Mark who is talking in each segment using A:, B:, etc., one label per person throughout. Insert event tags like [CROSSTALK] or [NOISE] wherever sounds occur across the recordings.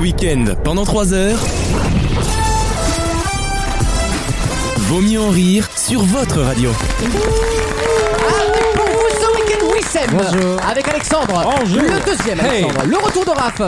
A: week-end pendant 3 heures. Vaut mieux en rire sur votre radio.
B: Avec pour vous ce week-end Wissem.
C: Bonjour.
B: Avec Alexandre.
C: Bonjour.
B: Le deuxième
C: Hey.
B: Alexandre. Le retour de Raph.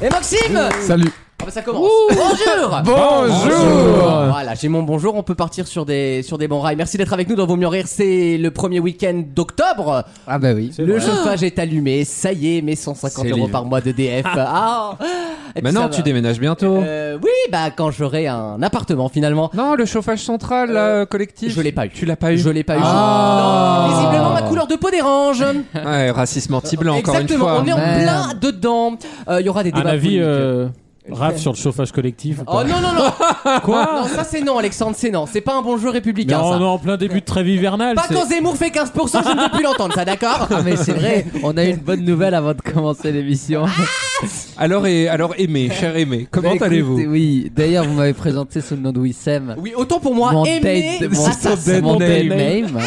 B: Et Maxime
C: Salut.
B: Ah bah ça commence. Bonjour
C: [LAUGHS] Bonjour.
B: Voilà, j'ai mon bonjour, on peut partir sur des, sur des bons rails. Merci d'être avec nous dans Vos mieux en rire, c'est le premier week-end d'octobre.
C: Ah bah oui.
B: Le chauffage est allumé, ça y est, mes 150
D: C'est
B: euros
D: libre.
B: par mois de DF. Ah. Et puis ça
D: Maintenant,
B: va.
D: tu déménages bientôt.
B: Euh, Oui, bah quand j'aurai un appartement finalement.
D: Non, le chauffage central là,
B: Euh,
D: collectif.
B: Je l'ai pas eu.
D: Tu l'as pas eu.
B: Je l'ai pas eu.
D: Ah.
B: Non, visiblement ma couleur de peau dérange.
D: Ouais, racisme anti-blanc encore une
B: Exactement,
D: fois.
B: on est en
C: Merde.
B: plein dedans. Euh, Il y aura des
E: Un
B: débats.
E: avis
B: polémiques.
E: euh, Raph sur le chauffage collectif ou
B: Oh
E: pas
B: non, non,
D: [LAUGHS]
B: non Quoi Non, ça c'est non, Alexandre, c'est non. C'est pas un bon jeu républicain,
E: Non,
B: ça.
E: non, en plein début de trêve hivernale.
B: Pas
E: c'est-
B: quand Zemmour fait 15%, je ne veux plus l'entendre, ça, d'accord
C: Ah mais c'est vrai, on a une bonne nouvelle avant de commencer l'émission.
F: Ah,
D: Alors, et, alors aimé, cher aimé, comment
C: Bah, écoutez,
D: allez-vous
C: Oui, d'ailleurs vous m'avez présenté sous le nom de Wissem.
B: Oui, autant pour
F: Oh,
B: moi,
C: mon
B: aimer
F: Ah,
C: dead, mon,
B: assassin.
C: mon dead
E: name.
C: name.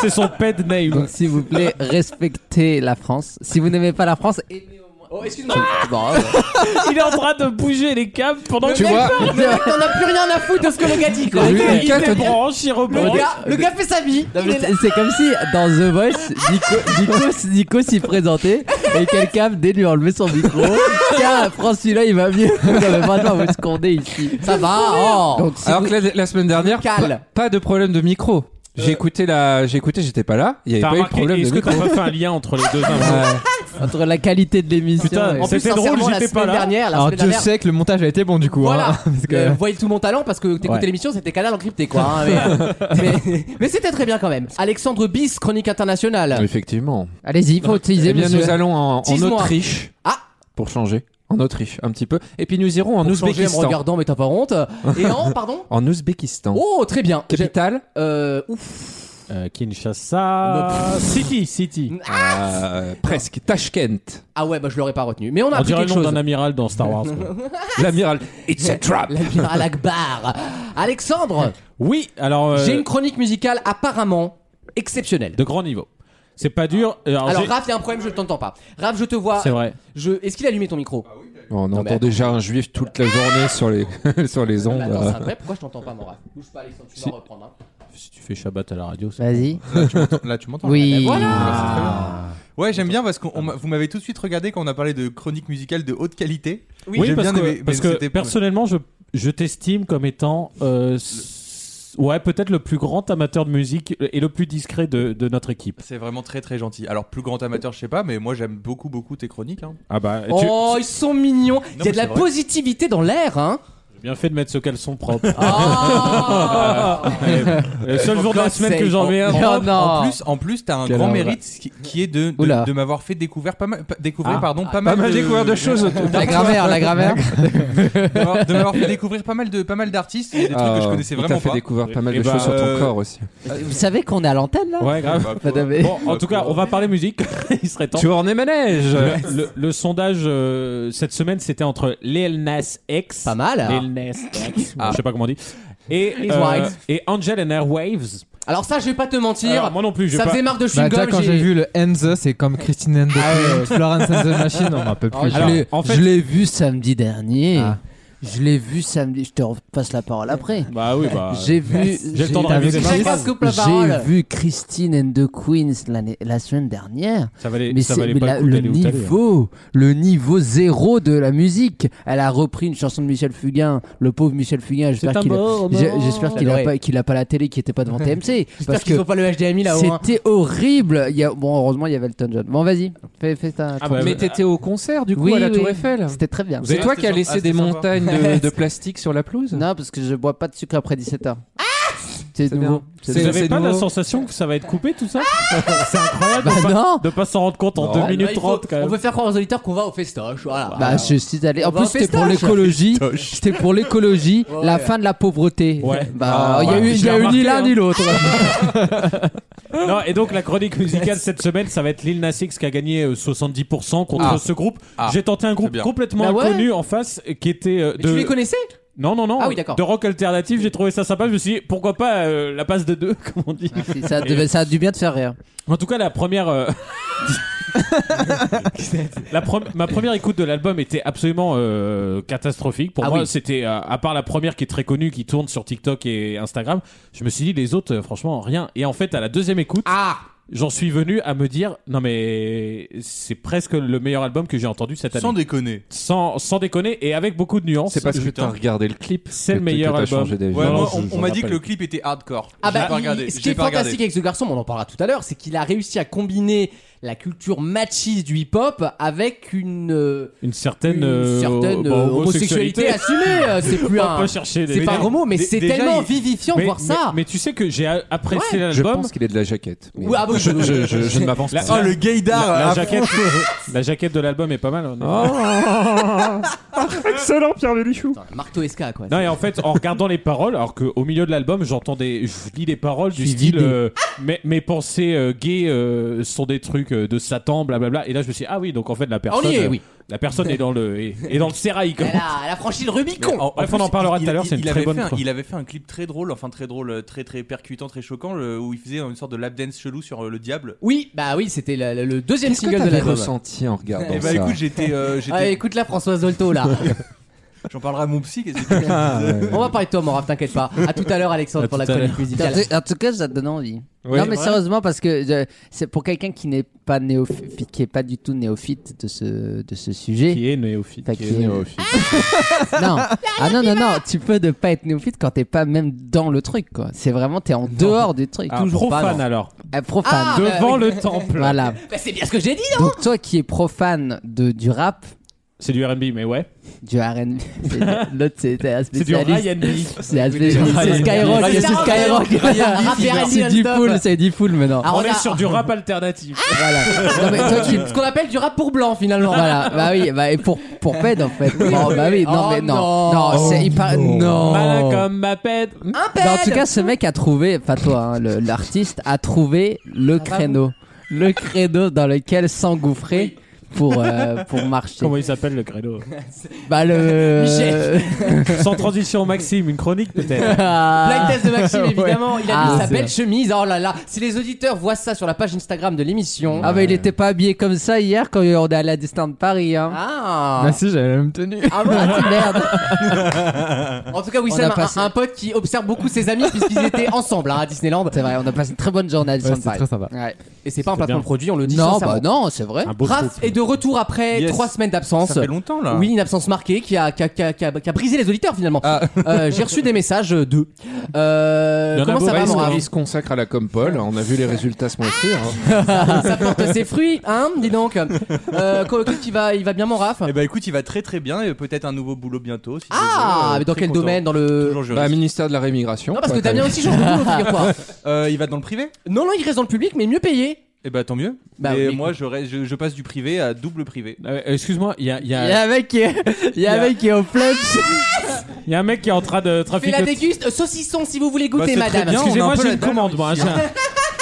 E: C'est son pet name.
C: Donc s'il vous plaît, respectez la France. Si vous n'aimez pas la France, aimez au moins.
B: Oh, excuse-moi
C: Bon,
E: [LAUGHS] Il est en train de bouger les câbles pendant
D: Tu
E: que
D: vois,
B: Le mec, on a plus rien à foutre de ce que le gars dit, quoi.
E: il,
D: Lui,
E: il
D: le cat,
E: débranche, il
B: Le
E: rebranche.
B: gars, le gars fait sa vie.
C: Non,
B: Il
C: mais
B: est là.
C: c'est- c'est comme si dans The Voice, Nico, Nico, Nico s'y présentait et quelqu'un venait lui enlever son micro. Tiens, prends celui-là, il va mieux. [LAUGHS] Non, mais franchement, où est-ce qu'on est ici
B: Ça va, oh.
C: Donc, si
D: Alors
C: vous-
D: que la, la semaine dernière,
B: Cale.
D: pas, pas de problème de micro. J'ai écouté la, j'ai écouté, j'étais pas là. Il y avait
E: T'as
D: pas eu de
E: remarqué,
D: problème de
E: est-ce que
D: micro.
E: t'as pas fait un lien entre les deux
D: [LAUGHS]
E: infos
D: Ouais.
C: entre la qualité de l'émission
E: Putain,
C: et-
B: En plus,
E: C'était drôle,
B: sincèrement, la
E: j'étais pas
B: semaine
E: là.
B: dernière, la
F: Alors
B: semaine
F: Dieu
B: dernière,
F: sait que le montage a été bon du coup.
B: Voilà,
F: hein,
C: [LAUGHS]
F: parce que-
B: Euh, vous voyez tout mon talent parce que t'écoutes
F: Ouais.
B: l'émission, c'était canal encrypté quoi. hein, mais mais- mais c'était très bien quand même. Alexandre Bis, chronique [LAUGHS] internationale.
D: Effectivement.
C: Allez-y, il faut utiliser
D: Ah. Eh bien,
C: monsieur.
D: nous allons en, en
B: Tease-moi.
D: Autriche.
B: Ah.
D: Pour changer. En Autriche, un petit peu. Et puis nous irons en
B: Pour changer, me
D: Ouzbékistan.
B: regardant, mais t'as pas honte. Et en, pardon
D: En Ouzbékistan.
B: Oh, très bien. J'ai-
D: Capitale.
B: Euh, ouf.
E: Euh, Kinshasa. City, City.
D: euh, presque. Tashkent.
B: Ah ouais, bah je l'aurais pas retenu.
D: Ah,
B: Mais on a
E: On
B: appris
E: dirait le
B: quelque
E: nom
B: chose.
E: d'un amiral dans Star
D: [LAUGHS]
E: Wars. quoi.
D: L'amiral. It's a trap.
B: L'amiral Akbar. Alexandre,
E: Oui, alors. euh,
B: j'ai une chronique musicale apparemment exceptionnelle.
E: De grand niveau. C'est pas dur. euh, Alors,
B: Alors
E: j'ai-
B: Raph, il y a un problème, je ne t'entends pas. Raph, je te vois.
E: c'est vrai. Ah
B: Je... Est-ce qu'il a allumé ton micro
D: On
B: mais
D: entend déjà un juif toute la journée sur les, [LAUGHS] sur les ondes. euh.
B: Bah, attends, c'est un vrai. Pourquoi je t'entends pas, mon Raph Bouge pas, Alexandre, tu
E: euh, Si.
B: vas reprendre. hein.
E: Si tu fais Shabbat à la radio, c'est.
C: Vas-y.
F: Là, tu m'entends
B: Ben,
C: Oui.
F: Ouais, j'aime bien parce que vous m'avez tout de suite regardé quand on a parlé de chronique musicale de haute qualité.
E: Oui,
F: J'ai
E: parce
F: bien
E: que,
F: aimé, mais
E: parce que
F: c'était-
E: personnellement, je, je t'estime comme étant. euh, s- Ouais, peut-être le plus grand amateur de musique et le plus discret de, de notre équipe.
F: C'est vraiment très très gentil. Alors, plus grand amateur, je sais pas, mais moi j'aime beaucoup beaucoup tes chroniques. hein.
E: Ah bah, tu
B: Oh, ils sont mignons. Il y a
F: mais
B: de la
F: c'est vrai.
B: positivité dans l'air, hein.
E: [LAUGHS] j'ai bien fait de mettre ce caleçon propre.
F: [LAUGHS]
B: Ah.
E: le seul jour de la
B: Conseil.
E: semaine que j'en mets un.
C: Oh
F: En-
C: non.
F: En plus, en plus, t'as un
C: Quelle
F: grand
C: horreur.
F: mérite ce qui, qui est de,
C: Oula.
F: de, de m'avoir fait découvrir pas mal, pas- découvrir
E: Ah.
F: pardon, pas,
D: Pas
F: mal
D: mal découvert
F: [LAUGHS]
D: de choses.
C: La grammaire, la
E: [LAUGHS]
C: grammaire.
F: de m'avoir- de m'avoir fait découvrir pas mal de pas mal d'artistes, et des trucs
G: Ah.
F: que je connaissais
D: T'as
F: vraiment
D: Ah, fait
F: pas.
D: découvrir pas mal
E: Et
D: de
E: bah,
D: choses sur ton
F: euh,
D: corps aussi.
C: Vous savez qu'on est à l'antenne
B: Oh.
C: là
E: [LAUGHS] Ouais, grave.
F: Bah,
C: Madame-
E: Bon, en tout cas, on va parler musique. [LAUGHS] Il serait temps.
D: Tu en es
E: [LAUGHS]
D: manège.
E: Le, le- le sondage euh, cette semaine, c'était entre Lil Nas X.
B: Pas mal. Ah.
E: Lil Nas
B: [LAUGHS]
E: X. Je sais pas comment on dit. Et,
B: Lil
E: euh,
B: Wise.
E: et Angel and Airwaves.
B: Alors ça, je vais pas te mentir.
E: Alors, moi non plus, j'ai
B: ça
E: pas.
B: faisait marre de
F: Bah,
B: chewing-gum.
F: déjà, quand j'ai vu le Enzo, c'est comme Christine and the Queen, Florence and the Machine, on m'en peut plus.
C: Alors, Ah,
E: Alors,
C: je l'ai-
E: en fait-
C: je l'ai vu samedi dernier.
F: Ah.
C: Je l'ai vu samedi. Je te repasse la parole après.
E: Bah oui, bah.
C: J'ai vu.
E: J'ai le temps de
C: j'ai-
E: réviser ma
C: j'ai-
B: phrase. Coupe la parole.
C: J'ai vu Christine and the Queens l'année- la semaine dernière.
E: Ça valait,
C: Mais
E: ça
C: c'est
E: valait
C: mais
E: pas
C: la-
E: le coup
C: le
E: d'aller au taler, hein.
C: niveau, le niveau zéro de la musique. Elle a repris une chanson de Michel Fugain, le pauvre Michel Fugain. J'espère qu'il,
E: beau
C: j'ai- j'espère qu'il a
B: Ouais.
C: pas, qu'il a pas la télé, qui
B: [LAUGHS]
C: était pas devant TMC,
B: J'espère
C: parce
B: qu'ils
C: que
B: ont pas le HDMI là-haut. hein.
C: c'était horrible. Il y a, bon, heureusement, il y avait Elton John. Bon, vas-y, fais, fais ta.
E: Ah bah,
D: Mais
E: bah,
D: t'étais au concert du coup
C: Oui,
D: à la
C: oui.
D: Tour Eiffel.
C: C'était très bien.
D: C'est
F: Ah,
D: toi
F: c'était
D: qui as
F: sympa. Ah,
D: laissé des
F: c'était sympa.
D: montagnes de, de plastique sur la pelouse
C: Non, parce que je bois pas de sucre après 17 h
B: Ah
C: C'est
D: C'est
C: nouveau.
D: bien. C'est-
C: C'est
E: Vous
C: nouveau.
E: avez
D: c'est
E: pas la
D: nouveau.
E: sensation que ça va être coupé tout ça C'est incroyable de,
C: Bah
E: pas,
C: non.
E: de pas s'en rendre compte en
D: Non.
E: 2
D: Ouais,
B: Bah,
E: minutes
B: il faut-
E: 30 quand
B: On
E: même.
B: veut faire croire aux auditeurs qu'on va au festoche, voilà.
C: Bah, je suis allé. En
B: On va
C: plus,
B: en
C: c'était pour
B: festoche.
C: l'écologie. C'était pour l'écologie,
B: Ouais,
C: la
B: ouais.
C: fin de la pauvreté.
E: Ouais.
C: Bah,
E: Ah,
C: il y a
E: ouais.
C: eu,
E: Je
C: il y a
E: l'ai
C: eu ni
E: remarqué,
C: l'un
E: hein.
C: ni l'autre.
E: Non, et donc la chronique musicale cette semaine, ça va être Lil Nas X qui a gagné euh, 70% contre
F: Ah.
E: ce groupe.
F: Ah.
E: J'ai tenté un groupe
F: C'est bien.
E: complètement
C: Ah
B: Bah ouais.
E: inconnu en face euh, qui était euh,
B: Mais tu les
E: de [LAUGHS]
B: connaissais
E: non non non
B: Ah oui, d'accord.
E: de rock alternatif. J'ai trouvé ça sympa. Je me suis dit pourquoi pas euh, la passe de deux [LAUGHS] comme on dit.
C: Merci, ça, devait- ça a dû bien te faire rire.
B: [LAUGHS]
E: En tout cas, la première euh, La pre- ma première écoute de l'album était absolument euh, catastrophique. Pour
B: Ah
E: moi,
B: oui.
E: c'était euh, à part la première qui est très connue, qui tourne sur TikTok et Instagram. Je me suis dit les autres, euh, franchement, rien. Et en fait, à la deuxième écoute,
B: Ah
E: j'en suis venu à me dire non mais c'est presque le meilleur album que j'ai entendu cette année.
F: Sans déconner.
E: Sans, sans déconner et avec beaucoup de nuances.
D: C'est parce que
E: Putain.
D: t'as regardé le clip.
E: C'est le
D: que- que
E: meilleur
D: t'as
E: album.
D: changé d'avis.
F: Ouais,
E: Non,
F: moi,
E: non,
F: on,
E: je-
F: on
E: je
F: m'a
E: me
F: dit que
E: rappelle.
F: le clip était hardcore.
B: Ah
F: J'ai
B: bah,
F: pas
B: il-
F: regardé.
B: ce
F: j'ai
B: qui est
F: pas regardé.
B: fantastique avec ce garçon, mais on en parlera tout à l'heure, c'est qu'il a réussi à combiner la culture machiste du hip-hop avec une, euh,
E: une certaine,
B: une
E: euh,
B: certaine
E: bah,
B: euh, homosexualité assumée. euh, C'est
E: [LAUGHS]
B: plus
E: On
B: un,
E: peut chercher des
B: c'est pas un gros mot, mais
F: dé-
B: c'est
F: déjà,
B: tellement
F: il-
B: vivifiant de
E: mais,
B: voir ça.
E: mais- mais tu sais que j'ai a- apprécié
D: Je
E: l'album.
D: pense qu'il est de la jaquette. mais-
B: Ouais, ah bon,
D: je, je- je- je ne m'avance
E: La-
D: pas.
F: Ah, le gaydar
E: La,
F: à
E: jaquette,
F: fond.
E: la jaquette de l'album est pas mal. hein. on est-
B: Putain, Marteau Esca, quoi.
E: Non et en fait en regardant les paroles, alors qu'au milieu de l'album j'entends des, je lis des paroles du style euh, mes, mes pensées euh, gays euh, sont des trucs euh, de Satan, blablabla. Et là je me suis dit, ah oui donc en fait la
B: on
E: personne,
B: y est,
E: euh,
B: oui.
E: la personne est dans le est, est dans le sérail. Comme...
B: Elle a, elle a franchi le Rubicon.
E: Bref, on en parlera tout
F: Il-
E: à l'heure.
F: il-
E: C'est une
F: il
E: très
F: avait
E: bonne.
F: fait un-
E: pro-
F: Il avait fait un clip très drôle, enfin très drôle, euh, très très percutant, très choquant, le- où il faisait une sorte de lap dance chelou sur euh, le diable.
B: Oui, bah oui, c'était le, le- le deuxième
D: Qu'est-ce que
B: single de
D: t'avais
B: l'album.
D: ressenti en regardant
F: Et bah
D: ça
F: écoute, j'étais, euh, j'étais-
B: Ah, écoute la Françoise Dolto là.
F: j'en parlerai à mon psy. [LAUGHS] qu'est-ce que tu veux
D: Ah, ouais.
B: on va parler de toi, Morave, t'inquiète pas. À tout à l'heure, Alexandre,
E: À
B: pour la
E: tout à
B: chronique musicale.
C: En tout- En tout cas, ça te donne envie.
E: Oui.
C: non, mais
E: Ouais.
C: sérieusement, parce que je- c'est pour quelqu'un qui n'est pas néophyte, qui est pas du tout néophyte de ce, de ce sujet.
E: Qui est néophyte.
C: Enfin,
E: qui
C: qui
E: est
C: est-
B: [LAUGHS]
C: Non, ah non, non, non, tu peux ne pas être néophyte quand t'es pas même dans le truc, quoi. C'est vraiment, t'es en dehors du truc.
E: Ah, profane alors.
C: Eh, profane.
B: Ah,
E: Devant
B: bah,
E: le temple.
C: Voilà.
B: Bah, c'est bien ce que j'ai dit, non
C: Donc, toi qui es profane de, du rap,
E: C'est du R&B mais ouais.
C: du RB,
B: [LAUGHS]
C: c'est- l'autre c'est un
E: C'est du
C: spécialiste.
E: R&B.
C: C'est un spécialiste.
E: Ryan-
C: C'est Skyrock,
E: Ryan-
C: c'est
B: Ryan-
C: Skyrock.
B: Ryan-
C: C'est du
B: Ryan-
C: full, c'est du full maintenant.
B: Ah,
E: On
B: on a-
E: est sur du rap alternatif. [LAUGHS]
C: Voilà. Non, mais toi qui,
B: Ce qu'on appelle du rap pour blanc, finalement.
C: voilà, bah oui, bah et pour pour pède en fait. Non, bah oui, non
B: Oh
C: mais non,
B: non.
C: non, c'est il
E: Oh,
C: par- non.
E: Malin comme ma pète.
C: Non, en tout cas, ce mec a trouvé, enfin toi, hein, le- l'artiste a trouvé
B: Ah,
C: le
B: bah
C: créneau, le créneau dans lequel s'engouffrer pour euh, pour marcher.
E: Comment il s'appelle le credo [LAUGHS]
C: Bah le
B: Michel.
E: Sans transition Maxime, une chronique peut-être.
B: Blind
C: Ah.
B: test de
C: [LAUGHS]
B: Maxime, évidemment. Il a
C: Ah,
B: mis sa
C: c'est
B: belle
C: vrai.
B: chemise. Oh là là. Si les auditeurs voient ça sur la page Instagram de l'émission.
C: Ah bah il était pas habillé comme ça hier quand on est allé à Disneyland Paris hein.
B: Ah.
C: si, j'avais la même tenue.
B: Ah bon
C: [LAUGHS] Ah, merde.
E: [LAUGHS]
B: En tout cas, Wissam,
C: a passé-
B: un, un pote qui observe beaucoup ses amis puisqu'ils
C: [LAUGHS]
B: étaient ensemble hein, à Disneyland.
C: C'est vrai, on a passé une très bonne journée à Disneyland Paris.
H: sympa.
C: Ouais.
B: Et c'est pas un placement
E: bien.
B: de produit, on le dit
C: Non,
B: sincèrement.
C: bah non, c'est vrai.
E: Un beau
B: Raph
E: groupe.
B: est de retour après
F: Yes.
B: trois semaines d'absence.
F: Ça fait longtemps
E: hein.
F: là.
B: Oui, une absence marquée qui a, qui a- qui a- qui a- qui a brisé les auditeurs finalement.
F: Ah.
B: Euh, J'ai reçu des messages euh, d'eux.
E: Il y
B: Euh,
E: en a
B: comment ça
E: beaucoup,
B: va,
E: ils
D: Il se-
B: Morave
D: il se consacre à la compole. On a vu les résultats ce mois-ci. hein.
B: Ah. Ça porte ses fruits, hein Dis donc. Euh, quoi, qu'est-ce qu'il va, il va bien, mon Raph
F: Et bah écoute, il va très très bien et peut-être un nouveau boulot bientôt. si Dieu
B: Ah,
F: veut.
B: mais dans
F: euh, Très
B: quel
F: content.
B: domaine Dans le.
F: Toujours juriste.
D: Bah, ministère de la Rémigration.
B: Non, parce que
D: quoi,
B: Damien
D: quand
B: aussi change de boulot, figure-toi.
F: Euh, il va dans le privé
B: Non, non, il reste dans le public, mais mieux payé.
F: Et bah tant mieux.
B: Bah
F: et
B: oui.
F: moi, je, reste- je, je passe du privé à double privé.
E: Euh, Excuse-moi, il y a, il y a-
C: Il y a un mec qui est, il y a un mec qui
B: oh.
C: est au flunch.
E: il y a un mec qui est en train de
B: Fais la
E: traficoter.
B: déguste, euh, saucisson si vous voulez goûter,
F: Bah, c'est très
B: madame.
F: bien. on a
E: Excusez-moi,
F: un peu
E: j'ai
F: la
E: une
F: dalle
E: commande, moi.
F: ici,
E: j'ai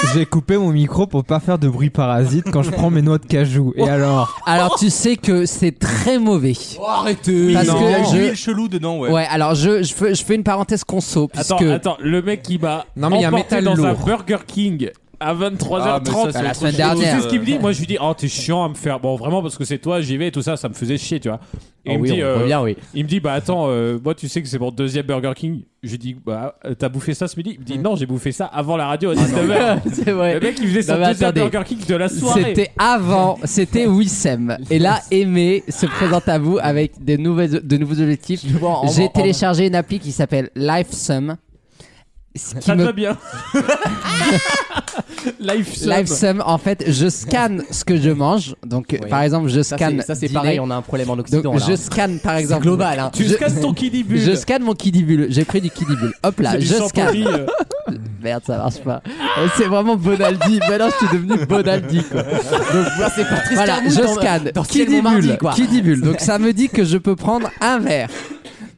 E: un-
H: J'ai coupé mon micro pour pas faire de bruit parasite quand je prends mes noix de cajou. Et alors
C: Alors tu sais que Euh, c'est très mauvais.
B: Oh, arrêtez.
C: Parce
F: Non,
C: que
F: il y a
C: je-
F: l'huile chelou dedans, ouais.
C: Ouais. alors je, je, fais, je fais une parenthèse conso puisque
E: Attends, attends, le mec qui m'a
D: Non, mais il y a un
E: emporté
D: métal
E: dans un
D: lourd.
E: Burger King à 23h30.
C: la semaine
E: tu
C: dernière.
E: sais ce qu'il me dit Moi, je lui dis Oh, t'es chiant à me faire. Bon, vraiment, parce que c'est toi, j'y vais et tout ça, ça me faisait chier, tu vois. Et
B: Ah
E: il, me
B: oui,
E: dit,
B: on
E: euh,
B: revient, oui.
E: il me dit Bah attends, euh, moi, tu sais que c'est mon deuxième Burger King. Je lui dis Bah, euh, t'as bouffé ça ce midi Il me dit Non, j'ai bouffé ça avant la radio à
B: [LAUGHS]
E: 19h.
C: c'est
E: Le
C: vrai.
E: mec, il faisait son
C: Non, mais
E: deuxième
C: attendez.
E: Burger King de la soirée.
C: C'était avant, c'était Wissem. Et là, Aimé se présente à vous avec des nouvelles, de nouveaux objectifs.
B: vois en- en-
C: J'ai téléchargé une appli qui s'appelle LifeSum. Ce qui
E: Ça te
C: me
E: va
C: [LAUGHS]
E: bien. Life sub.
C: LifeSum, en fait, je scanne ce que je mange. Donc,
B: Oui.
C: par exemple, je
B: Ça, c'est-
C: scanne.
B: ça, c'est
C: dîner.
B: pareil, on a un problème en
C: Donc,
B: Occident. là. hein.
C: je scanne, par exemple.
B: global, hein.
E: Tu
C: Je-
E: scans ton kidibule.
C: Je scanne mon kidibule. J'ai pris du kidibule. Hop là,
E: [LAUGHS] C'est du
C: je scanne.
E: Champoli, euh.
C: Merde, ça marche pas. Euh, C'est vraiment Bonaldi. Maintenant, je suis devenu Bonaldi.
B: [LAUGHS]
C: Quoi. Donc,
B: Voilà, c'est Patrice
C: voilà,
B: Carmouche
C: je
B: dans-
C: scanne.
B: dans
C: Qui
B: Ciel Bon Mardi,
C: dibule
B: quoi.
C: Qui dibule Donc, ça me dit que je peux prendre un verre.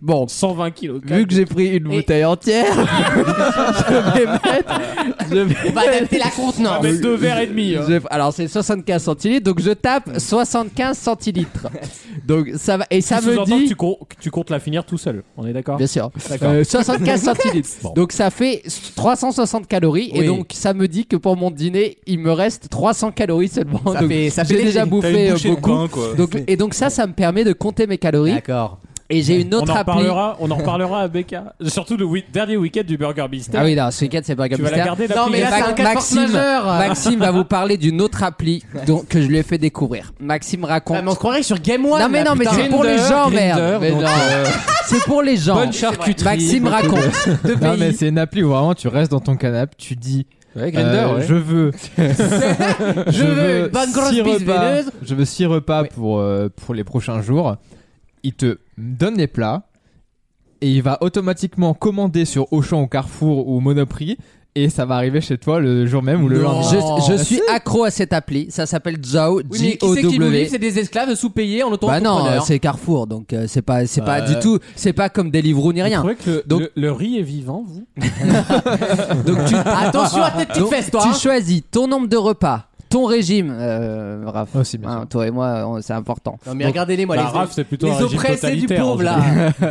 C: Bon.
E: 120 kilos.
C: Vu que j'ai pris une
B: Et-
C: bouteille entière, [LAUGHS] je vais mettre. Je vais Ah,
B: On va adapter la contenance.
E: Avec deux verres et demi. hein.
B: [LAUGHS]
C: je- alors c'est 75 centilitres, donc je tape 75 centilitres. Donc ça va et ça
E: Tu
C: me
E: sous-entends que
C: dit
E: tu, com- que tu comptes la finir tout seul, on est d'accord
C: Bien sûr.
E: D'accord.
C: Euh, [LAUGHS] 75 centilitres.
E: Bon.
C: Donc ça fait 360 calories. Et
B: Oui.
C: donc ça me dit que pour mon dîner, il me reste 300 calories seulement.
B: Ça
C: Donc,
B: fait- ça fait
C: j'ai déjà
B: léger.
F: T'as
C: bouffé
F: une
C: euh,
F: bouchée de
C: beaucoup.
F: pain, [LAUGHS] quoi.
C: Donc, et donc ça, ça me permet de compter mes calories.
B: D'accord.
C: Et j'ai une
E: on
C: autre
E: en
C: appli.
E: reparlera, on en reparlera à Becca. Surtout le week- dernier week-end du Burger Beast.
C: Ah oui, hein. non, ce week-end c'est pas
E: tu vas la garder
B: Non, mais
E: l'appli
B: là, c'est un cas de force
C: Maxime,
B: majeure.
C: Maxime va vous parler d'une autre appli donc, que je lui ai fait découvrir. Maxime raconte.
B: Ah, mais on se croirait sur Game One.
C: non mais
B: là,
C: non mais
B: putain.
C: c'est pour les
D: Grindr,
C: gens merde. Mais
D: donc, euh,
C: non. euh, C'est pour les gens.
D: Bonne charcuterie.
C: Maxime raconte. [LAUGHS]
H: Non, mais c'est une appli où vraiment tu restes dans ton canapé, tu dis
D: Ouais,
H: euh,
D: Grindr, ouais. [LAUGHS]
H: je veux, [LAUGHS]
B: Je veux une bonne grosse
H: six
B: pisse
H: repas,
B: veineuse.
H: je veux six repas
B: Oui.
H: pour euh, pour les prochains jours. Il te donne les plats et il va automatiquement commander sur Auchan ou Carrefour ou Monoprix et ça va arriver chez toi le jour même ou le lendemain.
C: Je, je
H: Ah,
C: suis
H: si.
C: accro à cette appli. Ça s'appelle Zao.
B: Oh, Oui, mais qui c'est qui nous livre
C: J-O-W.
B: C'est des esclaves sous-payés en
C: Bah
B: auto-entrepreneur.
C: non, euh, c'est Carrefour, donc euh, c'est pas, c'est pas
B: Bah,
C: du tout, c'est pas comme Deliveroo ni
E: Vous
C: rien.
E: trouvez que le,
C: Donc-
E: le- le riz est vivant, vous
C: [LAUGHS] Donc tu,
B: [LAUGHS]
C: ah,
B: Attention à tes petites
C: Donc,
B: fesses, toi.
C: tu
B: hein.
C: choisis ton nombre de repas, ton régime, euh, Raph.
H: Aussi, bien
C: Hein,
H: sûr.
C: toi et moi, on- c'est important.
B: Non, mais
C: Donc-
B: regardez-les-moi,
E: Bah,
B: les
E: Raph, c'est plutôt un
B: Les
E: régime hein,
B: oppressés du
E: totalitaire,
B: pauvre,
E: en
B: là.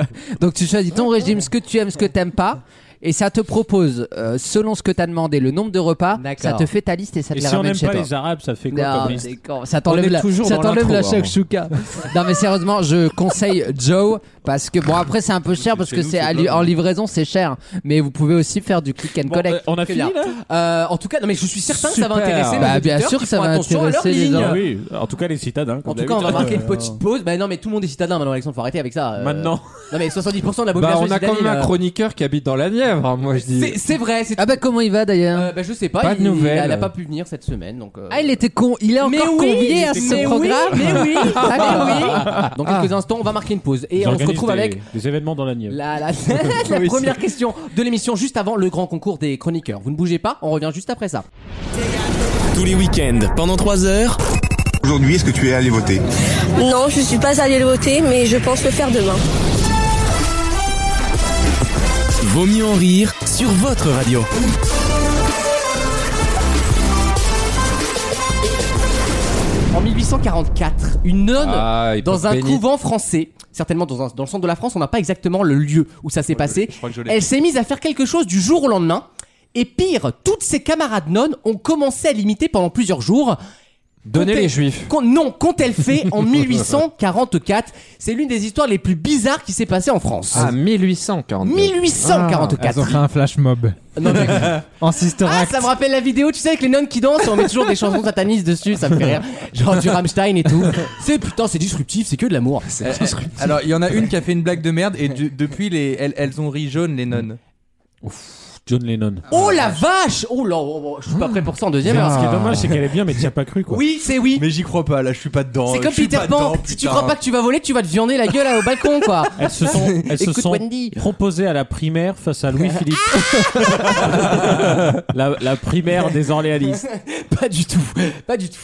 C: [LAUGHS]
E: [LAUGHS]
C: Donc tu choisis ton régime, ce que tu aimes, ce que t'aimes pas, et ça te propose, euh, selon ce que t'as demandé, le nombre de repas,
B: D'accord.
C: ça te fait ta liste et ça te
E: Et
C: la
E: si on
C: ramène
E: n'aime
C: chez
E: pas
C: toi.
E: les Arabes, ça fait quoi
C: Non,
E: comme liste
C: d'accord, ça t'enlève la, ça t'enlève la shakshuka. non mais sérieusement, je conseille Joe parce que bon après c'est un peu cher parce que c'est à li- en livraison c'est cher, mais vous pouvez aussi faire du click and
E: Bon,
C: collect.
E: euh, On a
B: Que
E: fini
B: bien.
E: là
B: Euh, en tout cas, non, mais je suis certain que ça va
D: Super.
B: intéresser. nos
C: Bah, bien
B: auditeurs
C: sûr
B: qui
C: que ça
B: font
C: va
B: attention à leurs
C: intéresser les
B: lignes.
C: gens.
E: Ah oui, en tout cas les citadins.
B: En
D: Bah
E: comme
B: tout cas, on va
E: d'habitude.
B: marquer une petite pause. Bah non, mais tout le monde est citadin maintenant, Alexandre, faut arrêter avec ça. euh.
E: Maintenant.
B: Non, mais 70% de la
D: Bah,
B: population
D: on a quand
B: est citadine,
D: même un
B: euh.
D: chroniqueur qui habite dans la Nièvre, hein, moi je dis.
B: C'est c'est vrai, c'est.
C: Ah bah comment il va d'ailleurs
B: Euh, bah, je sais pas,
D: Pas de
B: il,
D: nouvelles.
B: elle a pas pu venir cette semaine donc. euh,
C: Ah il était con, il est encore
B: mais oui,
C: convié à
B: mais
C: ce
B: oui,
C: programme.
B: Mais
C: [LAUGHS]
B: oui,
C: Ah,
D: [LAUGHS]
C: mais oui.
B: oui. Dans quelques instants, on va marquer une pause et on se
E: J'organise
B: retrouve
E: des-
B: avec
E: des événements dans la Nièvre.
B: la, la- [LAUGHS] la première question de l'émission juste avant le grand concours des chroniqueurs. Vous ne bougez pas, on revient juste après ça.
A: Tous les week-ends, pendant 3 heures,
I: Aujourd'hui, est-ce que tu es allé voter
J: Non, je ne suis pas allée le voter, mais je pense le faire demain.
A: Vaut mieux en rire sur votre radio.
B: En 1844, une nonne
D: Ah, il
B: dans
D: peut
B: un
D: bénir.
B: couvent français, certainement dans, un- dans le centre de la France, on n'a pas exactement le lieu où ça s'est passé.
F: je crois que je l'ai.
B: Elle s'est mise à faire quelque chose du jour au lendemain. Et pire, toutes ses camarades nonnes ont commencé à l'imiter pendant plusieurs jours.
D: Donnez
B: Comptez-
D: les juifs.
B: Qu'on- non, qu'ont-elles fait
F: [LAUGHS]
B: en 1844 C'est l'une des histoires les plus bizarres qui s'est passée en France.
D: Ah, 1842.
B: 1844.
H: Ah, Elles ont fait un flash mob
B: Non, mais-
H: en sister
B: Ah,
H: act.
B: ça me rappelle la vidéo, tu sais, avec les nonnes qui dansent, on met toujours des chansons satanistes dessus, ça me fait rire. Genre du Rammstein et tout. C'est putain, c'est disruptif, c'est que de l'amour.
F: Eh, [LAUGHS] Alors, il y en a une qui a fait une blague de merde et du- depuis, les, elles, elles ont ri jaune, les nonnes.
E: John Lennon.
B: Oh la vache Oh là, oh, oh, je suis pas prêt pour ça en deuxième heure.
E: Ce qui est dommage, c'est qu'elle est bien, mais t'y as pas cru quoi.
B: ben, Oui, c'est oui.
F: Mais j'y crois pas, là, je suis pas dedans.
B: C'est comme
F: Je suis
B: Peter
F: pas
B: Pan.
F: dedans,
B: si tu
F: putain.
B: crois pas que tu vas voler, tu vas te viander la gueule euh, au balcon, quoi.
E: Elles
B: [LAUGHS]
E: se sont, elles se
B: Écoute
E: sont
B: Wendy.
E: proposées à la primaire face à
B: [LAUGHS]
E: Louis-Philippe.
B: Ah.
E: la, la primaire des Orléanistes.
B: Pas du tout. Pas du tout.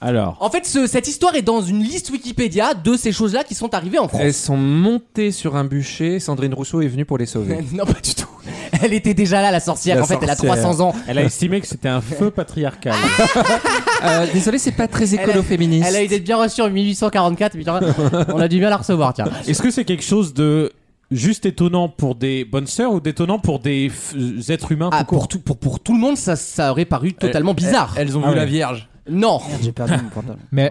E: Alors,
B: En fait, ce- cette histoire est dans une liste Wikipédia de ces choses-là qui sont arrivées en France.
D: Elles sont montées sur un bûcher, Sandrine Rousseau est venue pour les
B: [LAUGHS]
F: Eh
D: sauver.
B: Non, pas du tout. Elle était déjà là, la sorcière.
D: La
B: en fait, elle a
D: sorcière.
B: 300 ans.
E: elle a estimé que c'était un feu patriarcal.
B: Ah.
D: Euh, désolé, c'est pas très
B: a-
D: écolo-féministe.
B: Elle a été bien reçue en 1844. putain, on a du bien à la recevoir, tiens.
E: Est-ce que c'est quelque chose de juste étonnant pour des bonnes sœurs ou d'étonnant pour des f- êtres humains
B: Ah,
E: tout court
B: pour, tout, pour, pour tout le monde, ça, ça aurait paru totalement bizarre.
F: Elles ont
E: Ah
F: vu
E: ouais.
F: la Vierge.
B: Non.
C: J'ai perdu mon pantalon.
H: Mais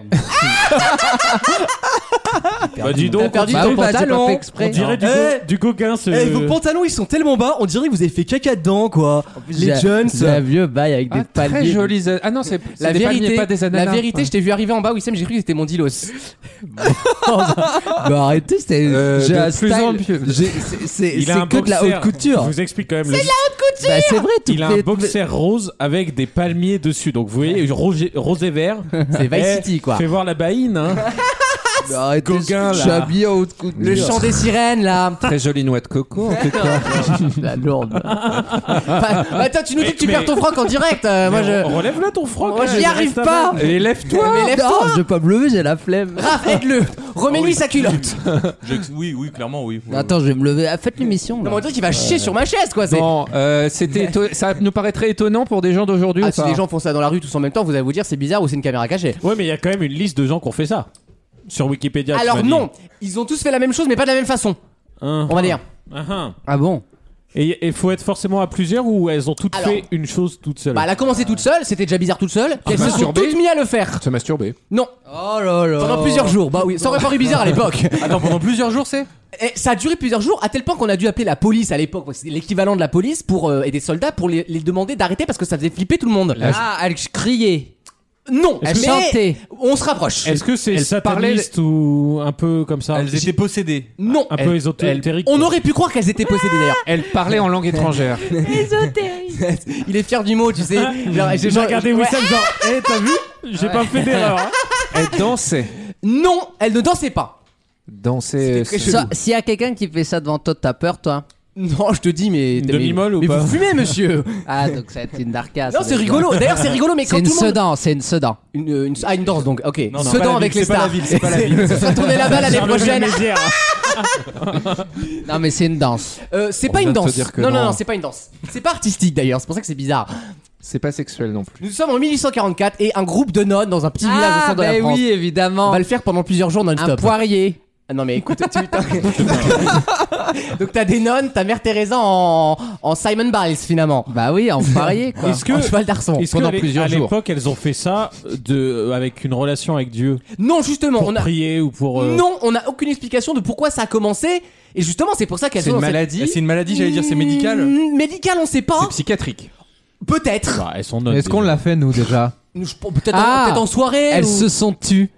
E: Bah dis donc,
B: perdu
C: Bah
B: ton
C: oui, bah, j'ai pas
B: pantalon.
C: fait
E: on
C: exprès.
E: dirait du,
B: Eh
E: go- du Gauguin ce...
B: pantalons ils sont tellement bas, on dirait que vous avez fait caca dedans quoi.
C: J'ai- J'ai un vieux bail avec des
D: Ah, très
C: palmiers.
D: joli. Ah non, c'est c'est
B: La
D: des palmiers,
B: vérité,
D: pas des
B: la
D: ananas.
B: vérité, je t'ai vu arriver en bas, Wissem, j'ai cru que c'était mon Dilos.
C: Bah arrêtez, c'est
D: Euh,
C: j'ai
D: de
C: un
D: plus
C: style-
D: en plus.
C: j'ai- c'est- C'est
E: Il a
C: c'est
E: un
C: que de la
E: boxer.
C: haute couture.
E: Je vous explique quand même. le-
C: Bah, c'est vrai, tout
E: Il a un
C: fait-
E: boxer rose avec des palmiers dessus. Donc vous voyez, rose, rose et vert.
B: C'est Vice
E: Eh,
B: City quoi.
E: Fais voir la baïne. Hein.
C: Mais
B: bah,
C: Arrêtez,
E: Gauguin,
C: je suis
E: là.
C: habillé en haute couture.
B: Le chant des sirènes [LAUGHS] là.
D: Très jolie noix de coco.
C: la lourde.
B: Enfin, attends, tu nous dis que tu
E: Mais-
B: perds ton froc en direct. euh, moi
E: Mais
B: je.
E: on- Relève-le ton froc.
B: Moi,
E: là,
B: j'y
E: je
B: arrive
E: reste à
B: pas.
E: bas. Et lève-toi.
B: Mais
C: Non,
B: lève-toi
C: je vais pas me lever, j'ai la flemme.
B: Raph, aide-le Remets-lui sa culotte
F: Je- Oui, oui, clairement, oui. Oui,
C: Attends, je vais me lever. Ah, faites l'émission. là.
B: Non, mais on dirait qu'il va chier sur ma chaise quoi. C'est...
D: Bon, euh, c'était éto- ça nous paraîtrait étonnant pour des gens d'aujourd'hui
B: Ah,
D: ou
B: si
D: pas
B: les gens font ça dans la rue tous en même temps, vous allez vous dire c'est bizarre ou c'est une caméra cachée.
E: Ouais, mais il y a quand même une liste de gens qui ont fait ça. Sur
C: Ah,
E: Wikipédia. tu m'as
B: Alors
E: dit.
B: non, ils ont tous fait la même chose, mais pas de la même façon.
E: Hein,
B: On va dire.
E: hein, hein.
B: Ah bon
E: Et il faut être forcément à plusieurs ou elles ont toutes
B: Alors-
E: fait une chose toute seule
B: Bah, elle a commencé toute seule, c'était déjà bizarre toute seule,
C: Ah,
B: puis elles se sont
G: masturbée.
B: toutes mis à le faire.
G: Se masturber.
B: Non,
C: Oh là là.
B: pendant plusieurs jours, bah oui, ça aurait paru bizarre à
C: [LAUGHS]
B: l'époque.
F: Attends, pendant plusieurs jours, c'est
B: Et ça a duré plusieurs jours, à tel point qu'on a dû appeler la police à l'époque, parce que c'est l'équivalent de la police pour, euh, et des soldats pour les, les demander d'arrêter parce que ça faisait flipper tout le monde.
C: Ah, elle criait.
B: Non,
C: Elle
B: mais
C: chantait.
B: on se rapproche.
E: Est-ce que c'est sataniste ou un peu comme ça
F: Elles étaient possédées.
B: Non,
E: Un peu ésotérique.
B: on aurait pu croire qu'elles étaient possédées d'ailleurs.
D: Elle parlait en langue
B: [LAUGHS]
D: étrangère.
B: Il est fier du mot,
E: [LAUGHS]
B: tu sais. Genre,
E: J'ai
B: genre-
E: regardé
B: ouais.
E: Wissam genre, eh, t'as vu J'ai pas fait d'erreur. hein.
D: Elle dansait.
B: Non, elle ne dansait pas.
G: Danser.
B: très
G: c'est-
B: chelou.
C: Ça, S'il y a quelqu'un qui fait ça devant toi, t'as peur, toi
B: Non, je te dis, mais. mais-
E: Demi-molle ou
B: mais
E: pas
B: vous fumez, monsieur
C: Ah, donc ça va être une darkasse.
B: Non, c'est rigolo. D'ailleurs, c'est rigolo, mais
C: C'est
B: quand
C: une
B: tout le monde.
C: Sedan, c'est une Sedan.
B: Une, euh, une- Ah, une danse donc, ok.
F: Non, non, pas la
B: Sedan
F: ville,
B: avec les
F: c'est pas la
B: stars.
F: ville,
B: [LAUGHS]
F: c'est pas la ville.
B: Ce sera tourner là-bas l'année
E: Charles de
B: prochaine.
E: Mézières.
C: Non, Ah, mais c'est une danse.
B: Euh, c'est
G: On
B: pas
G: vient
B: une
G: de te
B: danse.
G: dire que
B: Non, non,
G: non.
B: non, c'est pas une danse. C'est pas artistique d'ailleurs, c'est pour ça que c'est bizarre.
G: C'est pas sexuel non plus.
B: Nous sommes en 1844 et un groupe de nonnes dans un petit village au
C: Ah,
B: centre de la
C: mais
B: France
C: oui, évidemment.
B: va le faire pendant plusieurs jours
C: Un
B: non-stop.
C: poirier.
B: Ah Non mais écoute, tu... t'as- [LAUGHS] donc t'as des nonnes, ta mère Teresa en, en Simon Biles finalement.
C: Bah
B: [LAUGHS]
C: oui, en poirier, quoi.
E: Est-ce que-
B: En cheval d'arçon.
E: Est-ce
H: Pendant
E: qu'à l'é-
H: plusieurs
E: à
H: jours.
E: l'époque elles ont fait ça de euh, avec une relation avec Dieu
B: Non justement,
E: pour
B: on a
E: prier ou pour euh,
B: non, on a aucune explication de pourquoi ça a commencé. Et justement, c'est pour ça qu'elles
F: C'est
B: sont
F: une
B: dans cette-
F: maladie. C'est une maladie, j'allais dire, c'est médical.
B: Mm, Médical, on sait pas.
F: psychiatrique.
B: Peut-être.
E: bah, elles sont
H: Mais
E: nonnes,
H: Est-ce qu'on
E: déjà.
H: l'a fait nous déjà
B: Je- Peut-être
C: Ah.
B: en, peut en soirée.
C: Elles
B: ou-
C: se sont tues.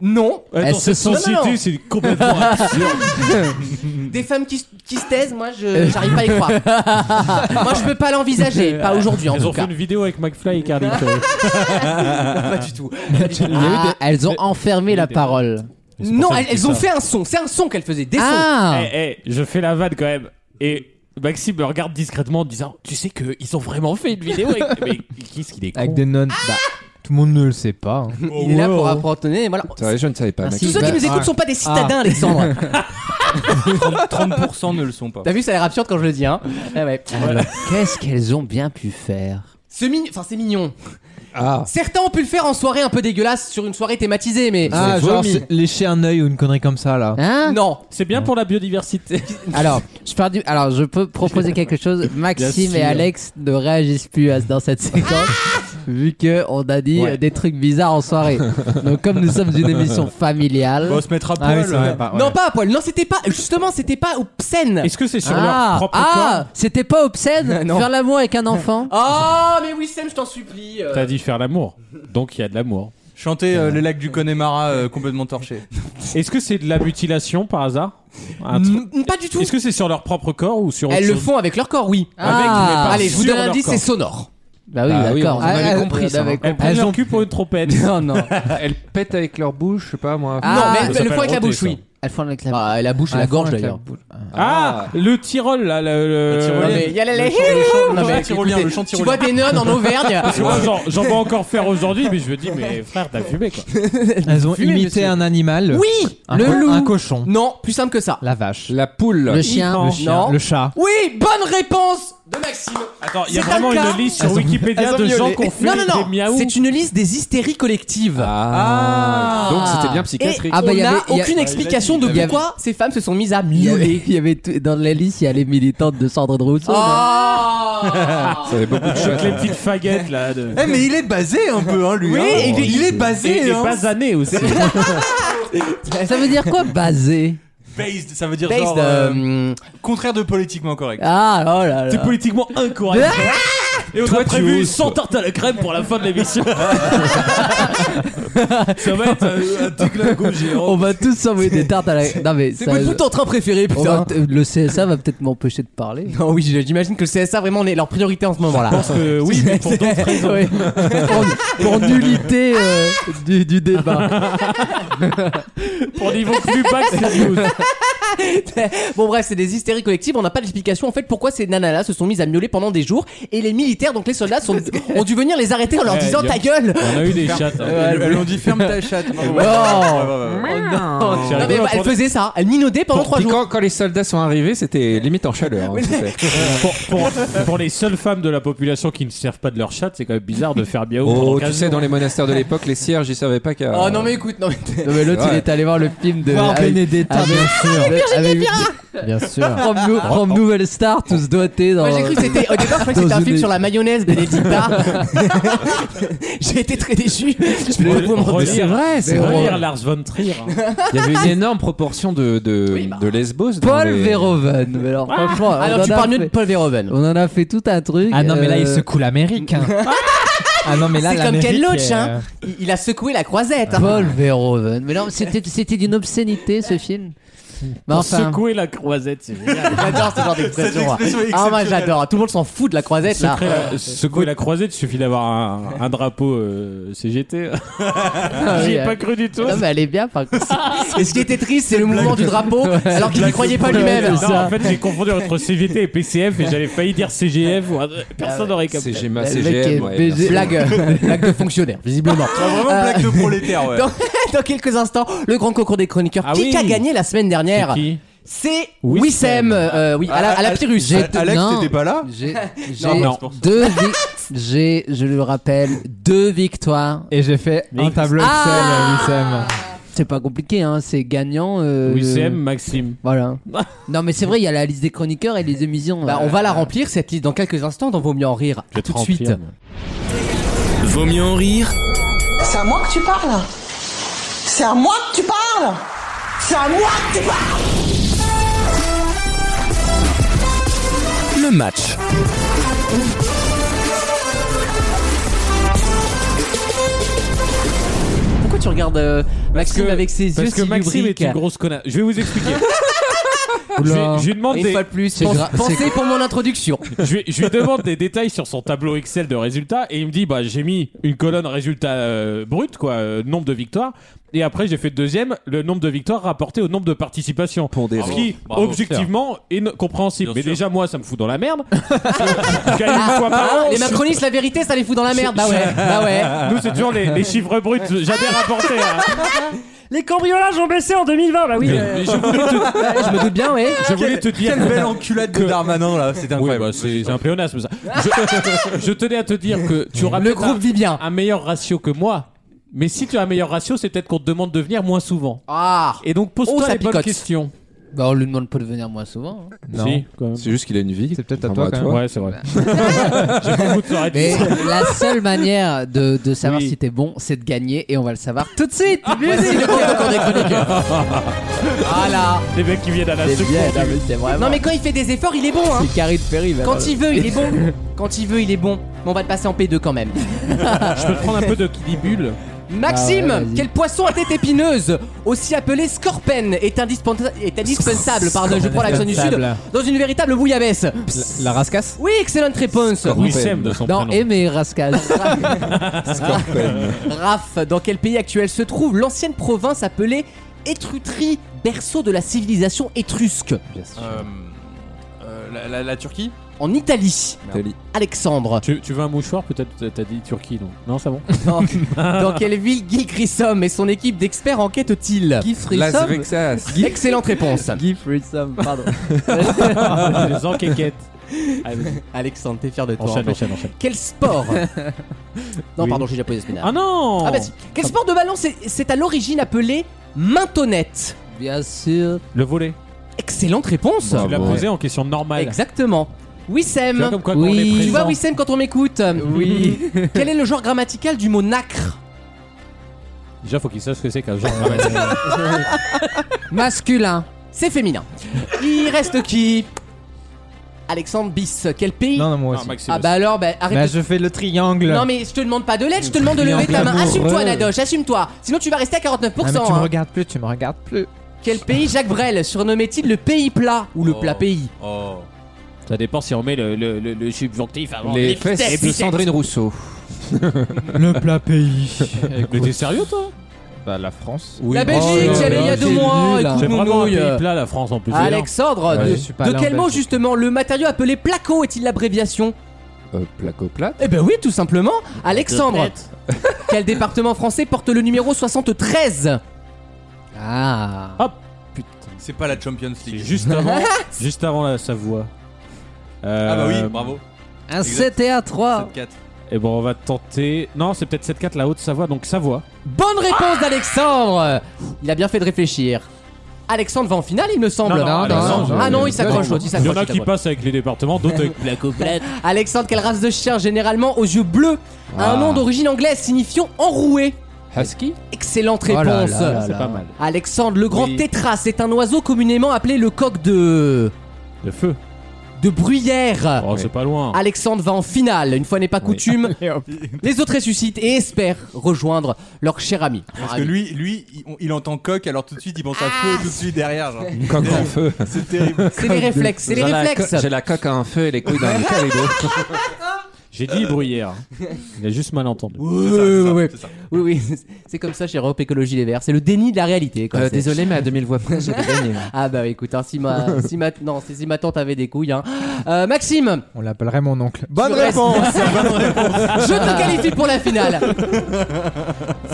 B: Non.
E: Attends,
C: Elles se
E: cette
C: sont-
E: société,
B: Non, non, non.
E: c'est
B: [LAUGHS]
E: complètement absurde.
B: Des femmes qui, s- qui se taisent, moi, je j'arrive pas à y croire. moi, je peux pas l'envisager. Pas aujourd'hui, en
E: Elles
B: tout
E: ont fait
B: cas.
E: une vidéo avec McFly et Carlito.
B: Pas du tout.
C: Ah, elles ont enfermé la parole.
E: c'est pour
B: Non,
E: ça que
B: elles,
E: je dis
B: elles ont
E: ça.
B: fait un son. C'est un son qu'elles faisaient. Des sons.
C: Ah
E: Eh, eh, je fais la vanne quand même. Et Maxime me regarde discrètement en disant Tu sais qu'ils ont vraiment fait une vidéo
B: [LAUGHS]
E: avec. Mais qu'est-ce qu'il est con
H: avec des nonnes Bah, tout le monde ne le sait pas. hein.
B: Il est là pour apprendre. tenez, Voilà.
G: C'est vrai, je ne savais pas.
C: Merci. Ah.
B: Tous ceux qui nous écoutent sont pas des citadins,
C: [LAUGHS]
B: Alexandre.
F: 30% ne le sont pas.
B: T'as vu, ça a l'air absurde quand je le dis, hein. Ah ouais.
C: Alors, Qu'est-ce qu'elles ont bien pu faire
B: C'est mignon. Enfin, c'est mignon.
G: Ah.
B: Certains ont pu le faire en soirée un peu dégueulasse, sur une soirée thématisée, mais.
H: Ah, genre c'est- lécher un œil ou une connerie comme ça là.
C: Hein
B: Non.
E: C'est bien pour
B: [LAUGHS]
E: la biodiversité.
C: Alors, je pars du- Alors, je peux proposer quelque chose. Maxime
E: sûr.
C: et Alex ne réagissent plus à- dans cette séquence,
B: Ah
C: vu que on a dit
E: Ouais.
C: euh, des trucs bizarres
B: [LAUGHS]
C: en soirée. Donc, comme nous sommes une émission familiale,
F: On va se mettre à
H: Ah oui,
F: poil.
H: c'est vrai. bah, ouais.
B: Non, pas à poil. Non, c'était pas. Justement, c'était pas obscène.
E: Est-ce que c'est sur leur
C: ah,
E: propre
C: ah,
E: corps
C: c'était pas obscène
B: [LAUGHS] Non.
C: faire l'amour avec
B: [LAUGHS]
C: un enfant.
B: Oh, mais oui, Sam, je t'en supplie. euh.
E: T'as dit faire l'amour. Donc il y a de l'amour.
F: Chanter euh, le lac du Connemara euh, complètement torché.
E: Est-ce que c'est de la mutilation par hasard Un truc-
B: Mm, Pas du tout.
E: Est-ce que c'est sur leur propre corps ou sur
B: Elles
E: autre
B: le
E: chose
B: font avec leur corps, oui.
C: Ah. Avec, mais pas
B: Allez, je vous
E: sur
B: donne un
E: leur
B: indice,
E: corps.
B: c'est sonore.
C: Bah oui,
G: Bah oui,
C: d'accord.
G: on avait
C: Ah,
G: compris
C: on
G: ça,
C: avait
G: hein.
C: compris.
E: Elles prennent
H: Elles
E: leur
H: ont-
E: cul pour
B: [LAUGHS]
E: une trompette.
C: Non, non.
G: Elle pète avec leur bouche, je sais pas moi.
C: Ah,
B: non, mais
E: ça
B: elles le font avec la
E: s'appelle
B: bouche,
E: roter,
B: oui.
C: Elles font avec la
B: Bah, la bouche et la gorge, d'ailleurs.
E: Ah, le Tyrol là, le. le-
F: La
B: Non,
F: tyrolienne.
B: mais il y a la- la- Non, mais
F: le chant tyrolien, le chant
B: Tu vois
F: tyrolien.
B: des nonnes en Auvergne.
E: Parce que moi, j'en- j'en
B: [LAUGHS]
E: vois encore faire aujourd'hui, mais je me dis, mais frère, t'as fumé quoi.
H: Elles ont
B: Fumez,
H: imité
B: monsieur.
H: un animal.
B: Oui,
H: un,
B: le
H: co-
B: loup.
H: un cochon.
B: Non, plus simple que ça.
H: La vache.
G: La poule.
C: Le chien.
E: Non.
H: Le chien.
B: Non.
H: Le chat.
B: Oui, bonne réponse de Maxime.
E: Attends, il y a
B: C'est un
E: vraiment
B: cas.
E: une liste sur Wikipédia de gens qui ont fait
B: Non, non,
E: des
B: non.
E: miaou.
B: C'est une liste des hystéries collectives.
G: Ah. Donc c'était bien
B: Et
G: psychiatrique.
C: Ah, bah,
B: on
C: y
B: n'a
C: avait- y a-
B: aucune explication de
C: il y avait-
B: pourquoi ces femmes se sont mises à
C: Il y avait,
B: miauler. Oh.
C: il y avait tout- dans la liste, il y a les militantes de Sandrine Rousseau.
B: Ah.
G: Ça avait beaucoup de
E: Je
G: choses.
E: les petites faguettes là. De...
F: Eh mais il est basé un peu hein lui.
B: Oui,
F: hein.
B: il est-
F: il est
E: Et,
F: basé.
E: et
F: hein.
E: basané aussi.
C: non Ça veut dire quoi, basé
F: Based, ça veut dire
B: Based,
F: genre,
B: euh,
F: euh, contraire de politiquement correct.
C: Ah, oh là
E: C'est
C: là.
E: politiquement incorrect.
B: Ah
E: Et on a prévu 100 tartes à la crème pour la fin de l'émission. Ça va être euh, un truc là
F: Oh,
C: On va tous s'envoyer des tartes à la. Non, mais
B: C'est
C: ça-
B: mon bout en train préféré,
C: on va
B: putain.
C: t- Le CSA va peut-être m'empêcher de parler.
B: Non, oui, j'imagine que le CSA vraiment est leur priorité en ce moment-là.
E: [LAUGHS] Parce
F: Euh,
E: que oui, mais pour
B: [LAUGHS]
E: d'autres raisons.
C: Ouais. pour, pour nullité euh, du, du débat.
F: [LAUGHS]
E: Pour niveau plus bas que c'est news.
B: bon bref, c'est des hystéries collectives. On n'a pas d'explication en fait pourquoi ces nanas-là se sont mises à miauler pendant des jours et les militaires, donc les soldats, sont- ont dû venir les arrêter en leur
E: Ouais,
B: disant
E: y a-
B: ta gueule.
E: On a eu des chattes. hein.
F: Elles l'ont dit ferme
G: [LAUGHS]
F: ta chatte.
G: Oh.
F: Non,
E: C'est
B: Non, mais
E: rigolo,
B: elle
E: pour-
B: faisait ça, elle minaudait pendant trois
G: Puis
B: jours.
G: quand, quand les soldats sont arrivés, c'était limite en chaleur. hein, c'était-
E: Pour, pour- pour les seules femmes de la population qui ne servent pas de leur chatte, c'est quand même bizarre de faire bien
G: Oh, tu sais, dans les monastères de l'époque, les cierges, ils savaient pas qu'à. Euh,
B: Oh non mais écoute, non mais
C: Non, mais l'autre,
G: Ouais.
C: il est allé voir le film de. Ah,
H: Voir
C: avec-
H: Benedetta,
C: avec-
B: Ah,
H: bien sûr.
C: avec-
H: Bien sûr.
C: From, nou- from
H: Ah.
C: Nouvelle Star, tous dotés dans.
B: Moi j'ai cru que c'était au départ je croyais que
C: Dans
B: c'était un
C: une
B: film
C: é-
B: sur la mayonnaise Benedicta. [LAUGHS] j'ai été très déçu. Je peux vous mentir.
E: relire,
C: vrai,
E: c'est relire Lars von Trier. hein.
G: Il y avait une énorme proportion de, de,
B: Oui, bah.
G: de lesbos. dans
C: Paul
G: les-
C: Verhoeven. Mais alors, franchement,
B: Ah
C: on
B: non, tu
C: en a
B: parles mieux de
C: fait-
B: Paul Verhoeven.
C: On en a fait tout un truc.
H: Ah non, mais là, il
C: euh,
H: secoue l'Amérique. hein. Ah non, mais là,
B: C'est comme Ken
H: l'Amérique,
B: Loach, hein.
H: euh,
B: Il- Il a secoué la croisette. hein.
C: Paul Verhoeven. Mais non, c'était c'était d'une obscénité ce film. Mais enfin.
E: Secouer la croisette, c'est génial.
B: J'adore ce genre
H: [LAUGHS]
B: d'expression. hein.
F: expression est
B: Ah moi j'adore. Tout le monde s'en fout de la croisette là.
E: Secouer la- Secouer la croisette, il suffit d'avoir un, un drapeau euh, CGT. [LAUGHS] J'y ai
C: oui,
E: pas cru du tout.
B: Ah,
C: Non, mais elle est bien par contre.
B: [LAUGHS] Et ce qui était triste c'est le mouvement du drapeau alors qu'il n'y croyait pas lui-même.
E: Non, en fait, j'ai confondu entre CGT et PCF et j'avais failli dire CGF ou un- personne n'aurait capté.
G: C'est Géma,
C: Le
G: c'est
C: mec est
G: GM. ouais,
C: BG.
G: merci.
B: Blague, euh, blague de fonctionnaire visiblement.
F: Vraiment plaque de prolétaire, ouais.
B: Dans, dans quelques instants, le grand concours des chroniqueurs.
E: Ah
B: qui
E: oui.
B: a gagné la semaine dernière
E: Qui
B: C'est
E: Wissem.
B: Wissem. euh, oui, à la, à la Pyrrhus.
F: Alex,
B: [LAUGHS]
C: non.
F: t'étais pas là
C: J'ai j'ai
E: Non, non.
C: deux vic- j'ai je le rappelle deux victoires.
H: Et j'ai fait un tableau Excel,
C: Ah
H: Wissem.
C: C'est pas compliqué hein, c'est gagnant. euh,
E: Wissem, Maxime.
C: Voilà. non mais c'est vrai, il y a la liste des chroniqueurs et des émissions.
B: Bah,
C: euh,
B: on va la remplir cette liste dans quelques instants. Dans Vaut mieux en rire. À tout de suite.
A: Vaut mieux en rire
J: C'est à moi que tu parles C'est à moi que tu parles C'est à moi que tu parles
A: le match.
B: Pourquoi tu regardes euh, Maxime
E: que-
B: avec ses yeux
E: Parce que
B: si
E: Maxime
B: lubriques
E: est une grosse connasse. Je vais vous expliquer. je, vais- je lui demande
B: Une
E: des,
B: fois de plus,
C: C'est
B: pense-
C: gra-
B: pensez pour mon introduction.
E: je, lui- je lui demande des détails sur son tableau Excel de résultats et il me dit bah j'ai mis une colonne résultat euh, brut quoi euh, nombre de victoires et après j'ai fait deuxième le nombre de victoires rapporté au nombre de participations
G: Pondéré.
E: ce qui objectivement est no- compréhensible mais déjà moi ça me fout dans la merde Je gagne une fois par an
B: Les macronistes, la vérité, ça les fout dans la merde. Bah ouais, bah ouais.
E: nous c'est toujours les, les chiffres bruts jamais rapportés hein.
B: [LAUGHS] Les cambriolages ont baissé en 2020. Bah oui.
E: Mais- mais je voulais te,
B: je me doute bien, ouais.
E: je voulais te dire
F: Quelle belle enculade de Darmanin, là. C'était
E: Oui,
F: incroyable.
E: bah, c'est c'est un pléonasme ça. Je, je tenais à te dire que tu auras
B: Le
E: peut-être
B: groupe
E: un-
B: vit bien.
E: un meilleur ratio que moi. Mais si tu as un meilleur ratio, c'est peut-être qu'on te demande de venir moins souvent.
B: Ah.
E: Et donc pose-toi
B: Oh, ça
E: les bonnes
B: picote.
E: questions.
C: bah, on lui demande pas de venir moins souvent. hein.
H: Non.
E: Si, quand même.
G: C'est juste qu'il a une vie.
H: C'est peut-être à toi,
G: Enfin, bah,
H: quand même.
E: Ouais, c'est vrai.
B: [LAUGHS]
E: J'ai beaucoup de soirées de
C: Mais
E: ça.
C: la seule manière de, de savoir
E: Oui.
C: si t'es bon, c'est de gagner et on va le savoir tout de suite.
B: Voici le grand concours des chroniqueurs. Voilà.
E: Les mecs qui viennent à la
C: C'est
E: seconde.
C: bien, mais c'est vraiment.
B: Non mais quand il fait des efforts, il est bon hein.
C: c'est Carrie de Perry. bah,
B: Quand
C: voilà.
B: il veut, il est bon.
C: [LAUGHS]
B: Quand il veut, il est bon. Mais on va le passer en P2 quand même.
E: Je peux te prendre un peu de kidibule.
B: Maxime,
C: Ah Ah, ouais, vas-y.
B: quel poisson à tête épineuse, aussi appelé scorpène, est, indispensa- est indispensable, pardon, je prends l'accent du sud,
H: Indispensable.
B: dans une véritable bouillabaisse
H: La- La rascasse
B: Oui, excellente réponse.
E: Wissem de son
C: Dans
E: prénom.
C: Aimer Rascal.
B: Raph, dans quel pays actuel se trouve l'ancienne province appelée Étrutrie, berceau de la civilisation étrusque
F: Euh, euh, la, la- la Turquie
B: En Italie.
G: Italie.
B: Alexandre,
E: Tu, tu veux un mouchoir Peut-être t'as dit Turquie, non Non, c'est bon.
B: dans, dans quelle ville Guy Grissom et son équipe d'experts enquêtent-ils
C: Guy
G: Las
C: Frissom.
G: Vegas.
B: Excellente réponse.
C: [LAUGHS] Guy Frissom, pardon.
E: [LAUGHS] Les enquêquettes. Allez, vas-y.
B: Alexandre, t'es fier de toi.
E: Enchaîne,
B: encore.
E: enchaîne, enchaîne.
B: Quel sport Non, pardon, j'ai déjà posé ce
E: Ah non
B: Ah bah si. Quel sport de ballon c'est- c'est à l'origine appelé maintonnette
C: Bien sûr.
E: Le volet.
B: Excellente réponse
E: Tu l'as
G: Bravo.
E: posé en question normale.
B: Exactement.
E: Ah, Tu vois
B: Wissem
E: comme quoi quand on est
C: Oui.
B: Tu
E: présent-
B: vois Wissem quand on m'écoute
C: Oui.
B: [LAUGHS] Quel est le genre grammatical du mot nacre
E: Déjà, faut qu'il sache ce que c'est qu'un genre. [LAUGHS] Ah, bah,
C: Masculin.
B: C'est féminin. Il reste qui Alexandre Bis. Quel pays
H: Non, non, moi
E: Non,
H: aussi.
E: Maxime
B: Ah bah alors, bah, arrête
H: Là,
B: de-
H: je fais le triangle.
B: Non mais je te demande pas de l'aide, je te demande de lever ta main.
H: Amoureux.
B: Assume-toi Nadoche, assume-toi. Sinon tu vas rester à 49%.
H: Ah, mais tu
B: hein.
H: me regardes plus, tu me regardes plus.
B: Quel pays Jacques Brel surnommait-il le pays plat ou le
F: Oh.
B: plat pays
F: Oh.
E: Ça dépend si on met le, le, le, le subjonctif avant.
G: Les
E: Les...
G: fesses de Sandrine Rousseau.
H: Le plat pays.
E: Mais t'es sérieux toi
H: Bah, la France.
B: La
E: Oh,
B: Belgique, j'y allais il y a deux mois. écoute,
E: C'est vraiment un
B: nounouille.
E: pays plat, la France en plus.
B: Alexandre,
H: Ouais,
B: de,
H: je suis pas
B: de
H: allé en
B: quel mot
H: Belgique.
B: justement le matériau appelé placo est-il l'abréviation
G: Euh, placoplate.
B: Eh ben oui, tout simplement. Alexandre, [LAUGHS] quel département français porte le numéro 73
C: Ah.
F: C'est pas la Champions
E: C'est
F: League.
E: Juste [LAUGHS] avant, juste avant la Savoie. Euh,
F: Ah bah oui, bravo.
C: Un
F: Exact.
C: 7 et un 3.
F: 7-4.
E: Et bon, on va tenter. Non, c'est peut-être 7-4 la Haute-Savoie, donc Savoie.
B: Bonne réponse d'Alexandre Il a bien fait de réfléchir. Alexandre va en finale, il me semble.
E: Non, non,
B: ah
E: Alexandre,
B: non, il s'accroche l'autre, il
E: Il y en
B: s'accroche.
E: a
B: il
E: qui
B: s'accroche.
E: passent avec les départements, [LAUGHS] d'autres avec.
B: Alexandre, quelle race de chien généralement aux yeux bleus a
C: Ah.
B: Un nom d'origine anglaise signifiant enroué.
G: Husky
B: Excellente
C: Oh là là
B: réponse.
C: là là.
E: Ah, mal.
B: Alexandre, le grand
F: Oui.
B: tétras est un oiseau communément appelé le coq de.
E: Le feu.
B: de bruyère.
E: Oh, c'est pas loin.
B: Alexandre va en finale, une fois n'est pas coutume. Les autres ressuscitent et espèrent rejoindre leur cher ami. Ah,
F: Parce que lui, lui, il, on- il entend coq, alors tout de suite il pense à feu tout de suite derrière. genre.
G: Coque en feu.
F: C'est terrible.
B: C'est les réflexes, c'est les
G: J'ai la
B: réflexes.
G: co- J'ai la coque en feu et les couilles dans le calibre.
E: J'ai dit [LAUGHS] bruyère. Il a juste mal entendu.
B: Oui, oui, oui. Oui, [LAUGHS] oui, c'est comme ça chez Europe Écologie Les Verts. C'est le déni de la réalité. quoi.
G: Euh,
B: C'est-
G: désolé, mais à 2000 voix près, j'ai gagné.
B: Ah bah écoute, hein, si, ma, [LAUGHS] si, ma, non, si, si ma tante avait des couilles. hein. Euh, Maxime,
H: On l'appellerait mon oncle.
B: Bonne réponse. [LAUGHS] je te qualifie pour la finale.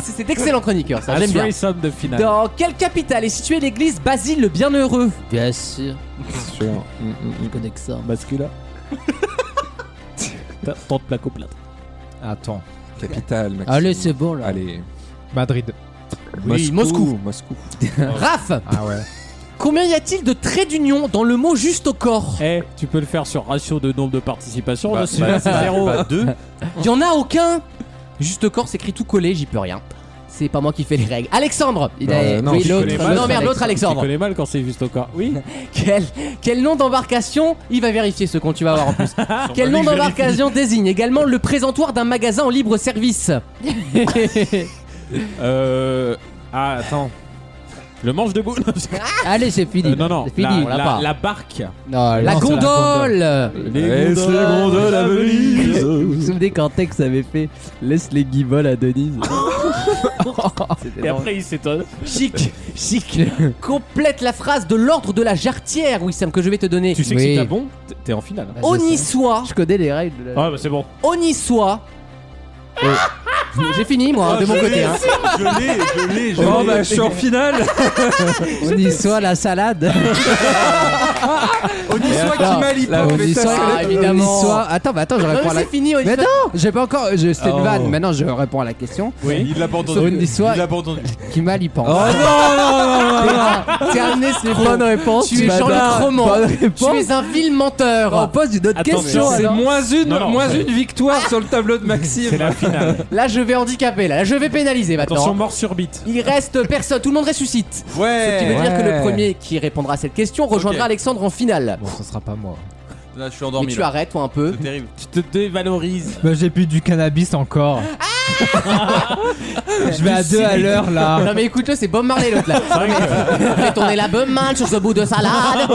B: C'est c'est excellent chroniqueur,
E: Ah,
B: ça, j'aime bien.
E: Threesome de finale.
B: Dans quelle capitale est située l'église Basile le Bienheureux
C: Bien sûr.
G: Sûr. Mm, mm,
E: [LAUGHS]
G: mm.
E: Bascula. Tente placo plate.
H: Attends.
G: Capitale, Maxime.
C: Allez, c'est bon là.
G: Allez.
H: Madrid.
B: Oui, Moscou.
G: Moscou.
B: Raph,
H: Ah ouais.
B: combien y a-t-il de traits d'union dans le mot juste au corps
E: Eh, tu peux le faire sur ratio de nombre de participations.
G: Bah,
E: là, c'est
G: bah,
E: c'est zéro.
B: Il y en a aucun Juste corps s'écrit tout collé, j'y peux rien. C'est pas moi qui fais les règles. Alexandre Il
G: Non,
B: a-
G: euh, non,
B: oui,
G: tu
B: l'autre.
E: connais pas,
B: Non, merde,
E: Alex-
B: l'autre
E: Tu
B: Alexandre.
E: connais mal quand c'est juste au corps. Oui.
B: Quel, quel nom d'embarcation Il va vérifier ce con, tu vas voir
C: [LAUGHS]
B: en plus. quel nom
E: que je
B: d'embarcation désigne également le présentoir d'un magasin en libre service
E: Euh. Ah, attends. Le manche de boule.
C: Allez, c'est fini.
E: Euh, non, non.
C: C'est
E: La,
C: fini.
E: la-
B: pas.
E: la barque.
B: La gondole
E: Les gondoles à
C: Vous vous souvenez quand Tex avait fait Laisse les guibolles à Denise
E: Et après, il s'étonne.
B: Chic, chic. [LAUGHS] Complète la phrase de l'ordre de la jarretière, Wissam, que je vais te donner.
E: Tu sais que
C: Oui. Bah,
E: si t'as bon, t- t'es en finale.
B: Au niçois,
C: Je connais les règles. de la-
E: Ah, bah c'est bon.
B: au niçois. J'ai fini moi hein, de mon côté.
F: [LAUGHS]
B: hein.
F: Ah, Je l'ai, je l'ai, je l'ai.
G: Oh, bah, je suis en finale.
C: On y soit la salade.
F: Au niçois
C: attends,
F: qui m'a lit,
C: on
F: pauvre,
C: y
F: ça,
C: soit,
F: c'est-
B: Ah, évidemment.
C: On y soit. Attends, mais attends, je
B: Non,
C: réponds
B: mais
C: à la.
B: c'est fini.
C: Mais
B: Wissam.
C: non, j'ai pas encore. je- C'était une vanne. Maintenant, je réponds à la question.
F: Oui, il l'a pas entendu.
C: Au niçois.
F: Il l'a pas entendu.
C: Qui mal y
H: Oh,
B: [LAUGHS]
C: pense
B: Ah, T'es un escroc.
C: Bonne réponse.
B: Tu es Jean-Luc
C: madame.
B: Roman.
C: Bonne
B: Tu
C: réponse.
B: es un vil menteur.
C: On pose une autre
E: Attends,
C: question.
E: mais-
G: C'est
C: alors.
G: moins une,
E: Non, non,
G: moins
E: c'est-
G: une victoire sur le tableau de Maxime.
E: C'est la finale.
B: Là, je vais handicaper. Là, Là, je vais pénaliser maintenant.
E: Attention, mort sur bite.
B: Il reste personne. Tout le monde ressuscite. Ce qui veut
F: Ouais.
B: dire que le
G: Ouais.
B: premier qui répondra à cette question rejoindra
F: Ok.
B: Alexandre en finale.
H: Bon, ce sera pas moi.
F: Là, je suis
B: Mais
F: endormi.
B: tu
F: là.
B: arrêtes toi un peu.
F: C'est terrible.
E: Tu te dévalorises.
H: Bah, j'ai bu du cannabis encore.
G: Ah
H: [LAUGHS] je vais à deux à l'heure là.
B: Non mais écoute-le, c'est Bob Marley l'autre là. [LAUGHS] Fais tourner la Bob Man sur ce bout de salade.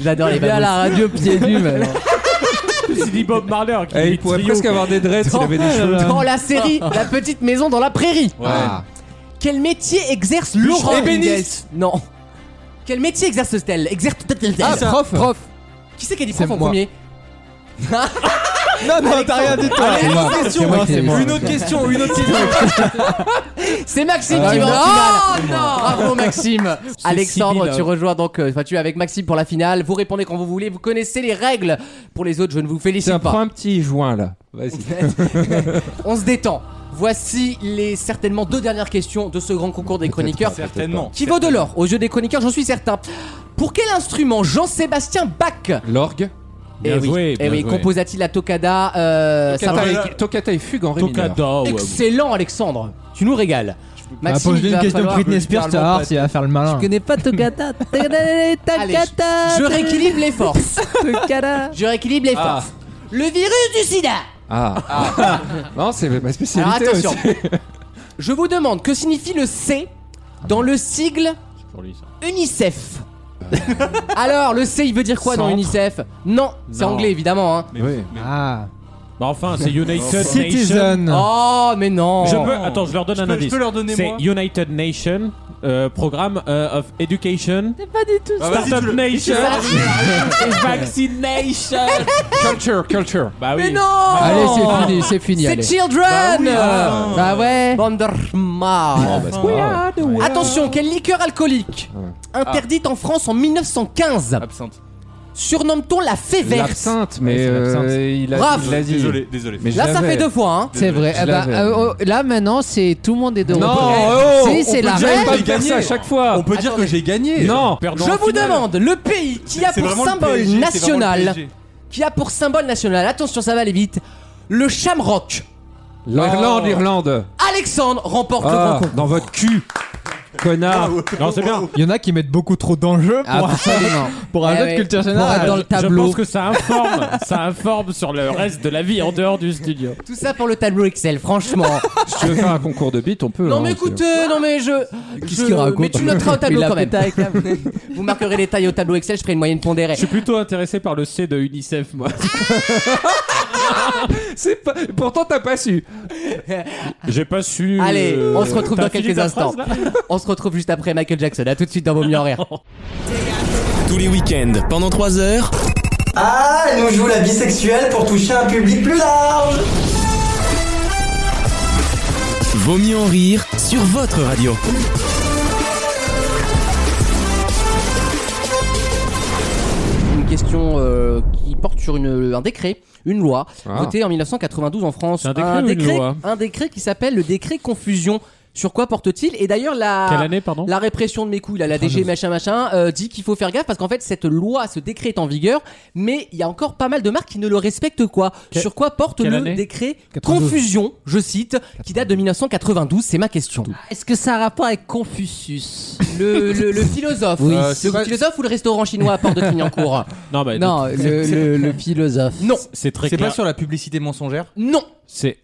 B: J'adore. J'adore les
C: Viens à
B: babous.
C: la radio pieds nus. maintenant.
E: [LAUGHS] C'est dit Bob Marler qui
G: Eh,
E: dit
G: il pourrait
E: trio.
G: presque avoir des dreads s'il
B: Dans,
G: avait des cheveux.
B: dans la série La petite maison dans la prairie.
H: Ah.
B: Quel métier exerce Laurent
C: Ébéniste.
B: Higues Non. Quel métier exerce-t-elle Exerce
C: Ah, prof. Prof.
B: Qui c'est qui a dit
H: C'est
B: prof en
H: moi.
B: premier
H: Non, non, t'as rien dit toi.
B: Allez,
H: moi.
B: question.
H: C'est moi, c'est moi.
F: Une autre question, une autre question.
H: [LAUGHS]
B: C'est Maxime
H: Ah,
B: qui va en finale. Bravo Maxime. Alexandre, tu rejoins donc, euh, enfin tu es avec Maxime pour la finale. Vous répondez quand vous voulez. Vous connaissez les règles. Pour les autres, je ne vous félicite
G: Tiens,
B: pas.
G: prends un petit joint là. Vas-y.
B: [LAUGHS] On se détend. Voici les certainement deux dernières questions de ce grand concours des chroniqueurs
F: Certainement.
B: qui vaut de l'or aux yeux des chroniqueurs, j'en suis certain. Pour quel instrument Jean-Sébastien Bach
G: L'orgue.
E: Bien
B: Eh oui,
E: joué,
B: eh
E: bien
B: oui,
E: joué.
B: composa-t-il la toccada euh, ça va-
G: Toccata et- Toccata Ah, et fugue en ré mineur.
E: Tocada. ouais, ouais.
B: Excellent Alexandre, tu nous régales.
H: Bah,
B: Maxime, il
H: pose-lui une
B: va
H: question
B: falloir-
H: Britney Spears, tu vas voir s'il va faire le
C: Je
H: malin.
C: connais pas Togata.
B: Allez, je- je
C: Togata.
B: rééquilibre les forces.
C: Togata.
B: [LAUGHS] Je rééquilibre les
G: Ah.
B: forces. Le virus du sida
G: Ah. non, c'est ma
B: Alors
G: spécialité
B: attention,
G: aussi.
B: je vous demande que signifie le C dans le sigle
E: Pour lui, ça.
B: UNICEF [LAUGHS] Alors, le C, il veut dire quoi dans
G: Centre.
B: UNICEF Non, c'est
G: Non.
B: anglais évidemment. hein.
G: Oui.
H: Ah.
E: Bah enfin, c'est United Nation.
H: Citizen.
B: Oh, mais non
E: Je peux, attends, je leur donne
F: Je
E: un
F: peux- je
E: indice.
F: peux leur donner,
E: C'est
F: moi
E: United Nation, euh, Programme euh, of Education,
F: Ah, vas-y, tu
E: Startup
F: le-
E: Nation, [LAUGHS] et Vaccination.
G: Culture, culture.
E: Bah oui.
B: Mais non
H: Oh.
C: Allez,
G: Ah,
C: c'est fini, c'est fini.
B: C'est
C: allez.
B: Children
F: Ah,
C: Bah ouais.
B: Bande de schmarres.
G: Bah, c'est pas grave.
B: Attention, quelle liqueur alcoolique Interdite en France en 1915.
F: Absinthe.
B: Surnomme-t-on la fée verte
G: L'absinthe, mais euh, il a
B: Raph.
G: il l'a dit.
F: Désolé, désolé.
G: Mais je
B: Là, ça
G: l'avais.
B: fait deux fois, hein
C: C'est vrai.
G: Je
C: Eh ben,
G: l'avais.
C: euh, oh, là maintenant, c'est tout le monde est de
G: Non,
C: repos.
G: oh,
C: si c'est la
G: J'aime
C: règle.
G: pas faire ça à chaque fois.
F: On peut dire que j'ai gagné.
G: Non.
E: Perdant
B: Je
E: en
B: vous
E: finale.
B: demande le pays qui a
F: C'est
B: pour
F: vraiment le
B: symbole
F: PSG, c'est vraiment le
B: national,
F: PSG.
B: qui a pour symbole national, attention ça va aller vite, le Shamrock.
G: L'Irlande, l'Irlande.
B: Alexandre remporte le grand
G: Ah,
B: concours.
G: dans votre cul, connard. Ah,
E: Non, c'est bien.
H: Il y en a qui mettent beaucoup trop d'enjeux pour,
C: Absolument.
H: pour un
C: Eh
H: jeu
C: oui.
H: de culture
C: Pour
H: générale.
C: être dans le
E: Je
C: tableau.
E: pense que ça informe, ça informe sur le reste de la vie en dehors du studio.
B: Tout ça pour le tableau Excel, franchement.
G: Si tu veux faire un concours de bite, on
B: [LAUGHS]
G: peut.
B: non
G: hein,
B: mais
G: si-
B: écoute, euh, non mais je...
C: Qu'est-ce
B: je-
C: qu'il raconte
B: Mais tu noteras au tableau
C: Il a
B: quand même. [LAUGHS] vous marquerez les tailles au tableau Excel, je ferai une moyenne pondérée.
E: Je suis plutôt intéressé par le C de UNICEF, moi.
G: C'est pas- Pourtant, t'as pas su.
E: [LAUGHS] J'ai pas su.
B: Allez, on se retrouve
E: euh, t'as
B: dans
E: fini
B: quelques
E: ta phrase,
B: instants.
E: là
B: On se retrouve juste après Michael Jackson, à tout de suite dans Vos mieux en rire.
A: Tous les week-ends, pendant 3 heures,
J: Ah, elle nous joue la bisexuelle pour toucher un public plus large.
A: Vaut mieux en rire sur votre radio.
B: une question euh, qui porte sur une, un décret, une loi,
G: Ah.
B: votée en 1992 en France.
E: C'est un décret ou une loi
B: un décret qui s'appelle le décret confusion. Sur quoi porte-t-il Et d'ailleurs,
E: Quelle
B: la,
E: année, pardon
B: la répression de mes couilles, là, la DG, machin, machin, euh, dit qu'il faut faire gaffe parce qu'en fait, cette loi, ce décret est en vigueur, mais il y a encore pas mal de marques qui ne le respectent quoi.
E: Que-
B: Sur quoi porte
E: quelle
B: le
E: année
B: décret
H: 92.
B: confusion, je cite, qui date de 1992 C'est ma question.
C: Ah, Est-ce que ça a rapport avec Confucius
B: Le, le- le philosophe,
C: Oui.
B: Euh, le philosophe ou le restaurant chinois à Port de [LAUGHS] Clignancourt
E: Non, bah, donc,
C: Non, le, le- le philosophe.
B: Non,
E: c'est très
F: C'est
E: clair.
F: pas sur la publicité mensongère
B: non.
E: C'est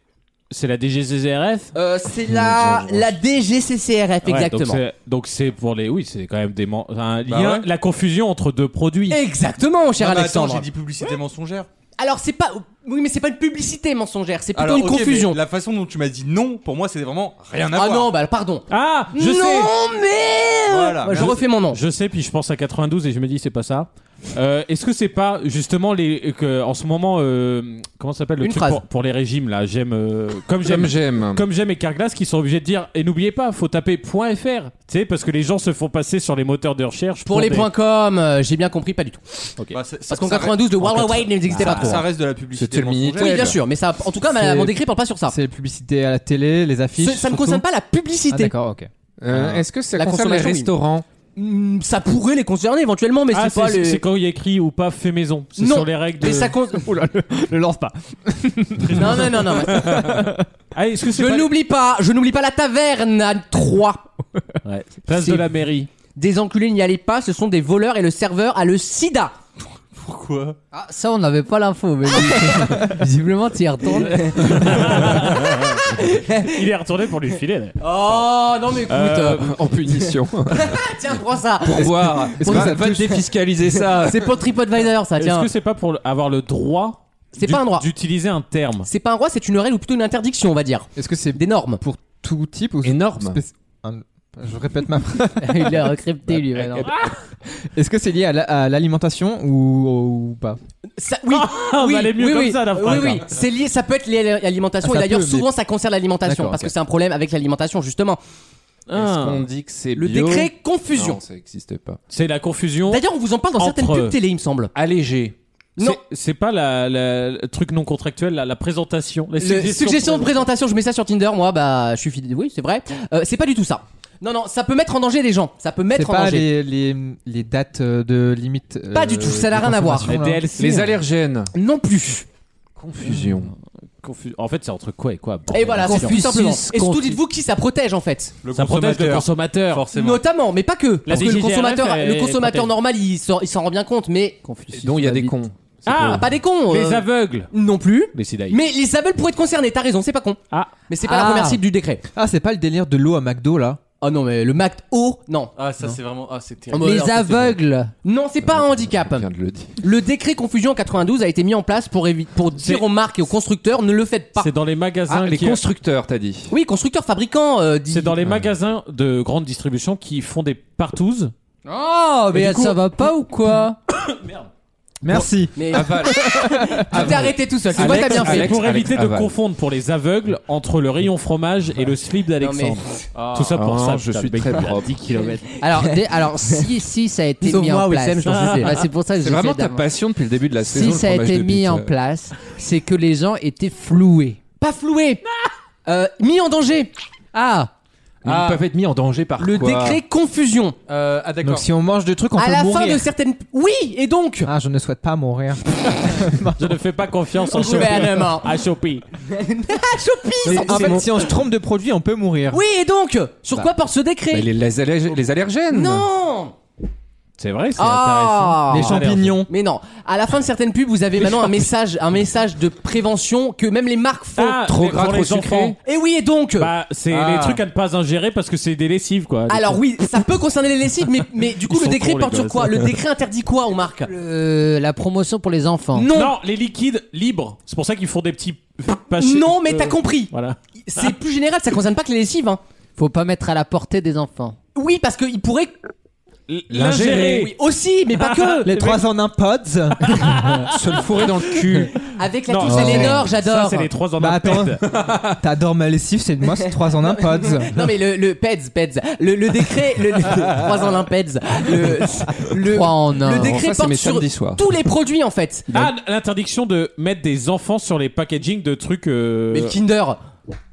E: c'est la DGCCRF
B: Euh, c'est la, la DGCCRF,
E: Ouais,
B: exactement.
E: donc c'est- donc c'est pour les. Oui, c'est quand même des. men- Un
F: Bah
E: lien,
F: ouais.
E: la confusion entre deux produits.
B: exactement, cher
F: Ah bah attends,
B: Alexandre.
F: J'ai dit publicité mensongère.
B: Alors, c'est pas. Oui, mais c'est pas une publicité mensongère, c'est plutôt
F: Alors,
B: une
F: ok,
B: confusion.
F: mais La façon dont tu m'as dit non, pour moi, c'est vraiment rien à
B: Ah
F: voir.
B: non, bah pardon.
E: Ah, je
B: non,
E: sais
B: mais.
F: Voilà.
B: je refais mon nom.
E: Je sais, puis je pense à 92 et je me dis c'est pas ça. Euh, Est-ce que c'est pas justement les que en ce moment euh, comment ça s'appelle le
B: Une
E: truc
B: phrase.
E: pour, pour les régimes là J'aime euh, comme j'aime
G: J'aime, j'aime.
E: comme j'aime et Carglass qui sont obligés de dire et n'oubliez pas faut taper .fr tu sais parce que les gens se font passer sur les moteurs de recherche
B: Pour les
E: des-
B: points com, euh, j'ai bien compris, pas du tout.
F: Bah, c'est-
B: Parce
F: ça-
B: qu'en
F: ça
B: 92, le World Wide Web n'existait pas
F: reste-
B: trop.
F: Ça reste de la
G: C'était
F: publicité
G: le
F: mensongère.
G: Minitel.
B: oui, bien sûr, mais ça. En tout cas, ma-
H: C'est-
B: mon décret parle pas sur ça.
H: C'est les publicités à la télé, les affiches.
B: Ce- ça ne
H: surtout.
B: concerne pas la
H: Ah,
B: publicité.
H: d'accord, ok.
G: Euh, Est-ce que ça
B: La
G: concerne les
B: consommation, oui.
G: restaurants
B: Hmm, ça pourrait les concerner éventuellement, mais
E: Ah,
B: c'est pas
E: c'est
B: les.
E: c'est quand il y a écrit ou pas fait maison c'est
B: Non,
E: sur les règles de...
B: Mais ça con-
H: Oula, le, le lance pas.
B: non, non, non, non.
E: Ah, est-ce que c'est
B: Je
E: pas-
B: n'oublie pas, je n'oublie pas la taverne à 3.
E: Ouais. place de la mairie
B: Des enculés n'y allez pas, ce sont des voleurs et le serveur a le sida.
F: Pourquoi
C: Ah, ça, on n'avait pas l'info, mais [LAUGHS] visiblement, tu y retournes.
E: il est retourné pour lui filer là.
B: Oh non mais écoute,
E: Euh,
G: [LAUGHS] en punition
B: euh, tiens prends ça.
G: pour voir
H: Est-ce que ça
G: va
H: touche
G: défiscaliser ça
B: [LAUGHS] C'est pour TripAdvisor ça
E: est-ce
B: Ah, tiens.
E: que c'est pas pour le- avoir le droit
B: C'est
E: d'u-
B: pas un droit.
E: d'utiliser un terme
B: C'est pas un roi, c'est une règle ou plutôt une interdiction on va dire.
H: Est-ce que c'est
B: Des normes.
H: pour tout type ou
G: énorme
H: spéc- un- Je répète ma phrase.
C: [LAUGHS] Il a recrypté lui
F: Eh,
C: maintenant.
E: Ah.
H: Est-ce que c'est lié à la- à l'alimentation ou, ou pas
B: Ça, oui,
E: on
B: oui,
E: allait mieux
B: oui,
E: comme
B: oui.
E: ça, la
B: oui,
E: phrase,
B: oui.
E: là.
B: C'est lié, ça peut être lié à l'alimentation
H: Ah,
B: et
H: ça
B: d'ailleurs
H: peut,
B: souvent ça concerne l'alimentation
H: D'accord,
B: parce que
H: ok.
B: c'est un problème avec l'alimentation justement.
F: eh,
E: Ah.
G: on dit que c'est
B: Le
G: bio
B: décret confusion.
G: Non, ça n'existe pas
E: c'est la confusion
B: D'ailleurs on vous en parle dans certaines
E: Entre-
B: pubs télé il me semble.
E: allégé.
B: Non.
E: C'est- C'est pas la, la- le truc non contractuel, la, la présentation. La
B: Le- suggestion de présentation, je mets ça sur Tinder, moi, bah, je suis fidèle. Oui, c'est vrai. Euh, c'est pas du tout ça. Non, non, ça peut mettre en danger les gens. Ça peut
H: C'est
B: mettre en
H: pas
B: danger.
H: les, les, les dates euh, de limite. euh,
B: Pas du tout, ça n'a
H: de
B: rien à voir.
H: consommation, là.
G: les allergènes
B: Non plus.
C: Ah,
G: confusion
E: Confu- En fait, c'est entre quoi et quoi bordel.
B: Et voilà, c'est tout
C: Confucius,
B: simplement. Et surtout,
C: Confucius.
B: dites-vous qui ça protège en fait.
F: Le
E: Ça protège le
F: consommateur.
E: consommateur.
F: Forcément.
B: Notamment, mais pas que.
E: La
B: Parce que le
E: DGRF,
B: consommateur,
E: elle-
B: le consommateur
E: elle-
B: normal, il s'en il s'en rend bien compte, mais.
G: dont il y a des cons
B: Ah, pas des cons.
E: Les
B: euh,
E: aveugles.
B: Non plus.
E: Les sidaïs.
B: Mais les aveugles pourraient être concernés, t'as raison, c'est pas con.
E: Ah.
B: Mais c'est pas la
C: Ah.
B: première cible du décret.
H: Ah, c'est pas le délire de l'eau à McDo là
B: Oh non, mais le Mac O, non.
F: Ah, ça, c'est vraiment. Ah, c'est
B: Oh,
F: terrible.
B: bah, alors,
C: Les
B: ça, c'est-
C: aveugles.
B: Non, c'est pas un handicap.
G: Viens de le dire.
B: Le décret confusion en 92 a été mis en place pour, évi- pour dire
E: C'est-
B: aux marques et aux constructeurs ne le faites pas.
E: C'est dans les magasins.
G: Ah, les
E: qui-
G: constructeurs, t'as dit.
B: Oui, constructeurs, fabricants. euh, dit-
E: C'est dans
F: Ah.
E: les magasins de grande distribution qui font des partouzes.
C: Oh, mais, ça va pas ou quoi
H: Merci.
B: Mais [LAUGHS]
G: Aval.
B: tu t'es arrêté tout seul. C'est moi,
G: Alex,
B: t'as bien
E: C'est
B: fait.
G: Alex,
E: pour éviter de
G: aval.
E: confondre pour les aveugles entre le rayon fromage et le slip d'Alexandre. Tout ça pour
G: Ah,
E: ça.
G: je
E: putain,
G: suis
E: mec,
G: très
E: il a
G: propre.
E: 10 kilomètres.
C: Alors, dé- alors si, si ça a été
B: Sauf
C: mis
B: moi,
C: en place.
B: Wissem, je t'en supplie.
C: Bah, c'est pour ça que
G: C'est
C: j'ai
G: vraiment
C: fait
G: ta
C: d'avant.
G: passion depuis le début de la saison.
C: Si
G: le
C: ça a
G: fromage
C: été
G: de
C: mis
G: bite.
C: en place, c'est que les gens étaient floués.
B: Pas floué.
G: Ah
B: Euh, mis en danger.
C: Ah,
G: Mais Ils peuvent être mis en danger par
B: Le
G: quoi
B: décret confusion.
F: Euh, ah, d'accord.
H: Donc si on mange des trucs, on
B: à
H: peut
B: la fin
H: mourir.
B: de certaines. Oui, et donc.
H: Ah, je ne souhaite pas mourir.
E: Je ne fais pas confiance en Shopee.
B: Gouvernement.
E: À Shopee.
H: en fait, si on se trompe de produit, on peut mourir.
B: Oui, et donc. Sur quoi porte ce
G: Bah,
B: décret
G: les, les allerg- les allergènes
B: Non.
E: C'est vrai, c'est
B: Ah.
E: intéressant.
H: Les champignons.
B: Mais non, à la fin de certaines pubs, vous avez maintenant un message, un message de prévention que même les marques font.
E: Ah,
G: Trop
E: mais
G: gras,
E: pour
G: trop
E: les
G: sucré.
E: enfants.
B: Et oui, et donc.
E: Bah, c'est
G: Ah.
E: les trucs à ne pas ingérer parce que c'est des lessives, quoi.
B: alors oui, ça peut concerner les lessives, mais, mais du coup
E: Ils
B: le
E: sont
B: décret
E: cons, les
B: porte sur
E: gosses.
B: quoi Le décret interdit quoi aux marques
C: le- la promotion pour les enfants.
B: Non, non,
E: Non, les liquides libres. C'est pour ça qu'ils font des petits. pas ch-
B: mais
E: euh,
B: t'as compris.
E: Voilà.
B: C'est plus général, ça concerne pas que les lessives. hein.
C: Faut pas mettre à la portée des enfants.
B: Oui, parce qu'ils pourraient
E: L'ingérer.
B: oui, aussi, mais pas
E: [LAUGHS]
B: que.
H: Les trois en un pods.
G: Se le fourrer dans le cul.
B: Avec la
E: Non,
B: touche
E: ça,
B: Eleanor,
E: Ça,
B: j'adore.
E: c'est les trois
H: [LAUGHS]
E: en
H: Bah
E: un
H: attends,
E: pet.
H: t'adores ma lessive, c'est moi, c'est trois en un pods.
B: Non mais le, le PEDS, PEDS, le, le décret, le, le- trois en un PEDS, le, le,
C: Trois en un.
B: le décret
G: Ah, ça, c'est
B: porte
G: mes
B: sur
G: samedis soirs.
B: tous les produits en fait.
E: Ah, l'interdiction de mettre des enfants sur les packagings de trucs euh,
B: Mais le Kinder.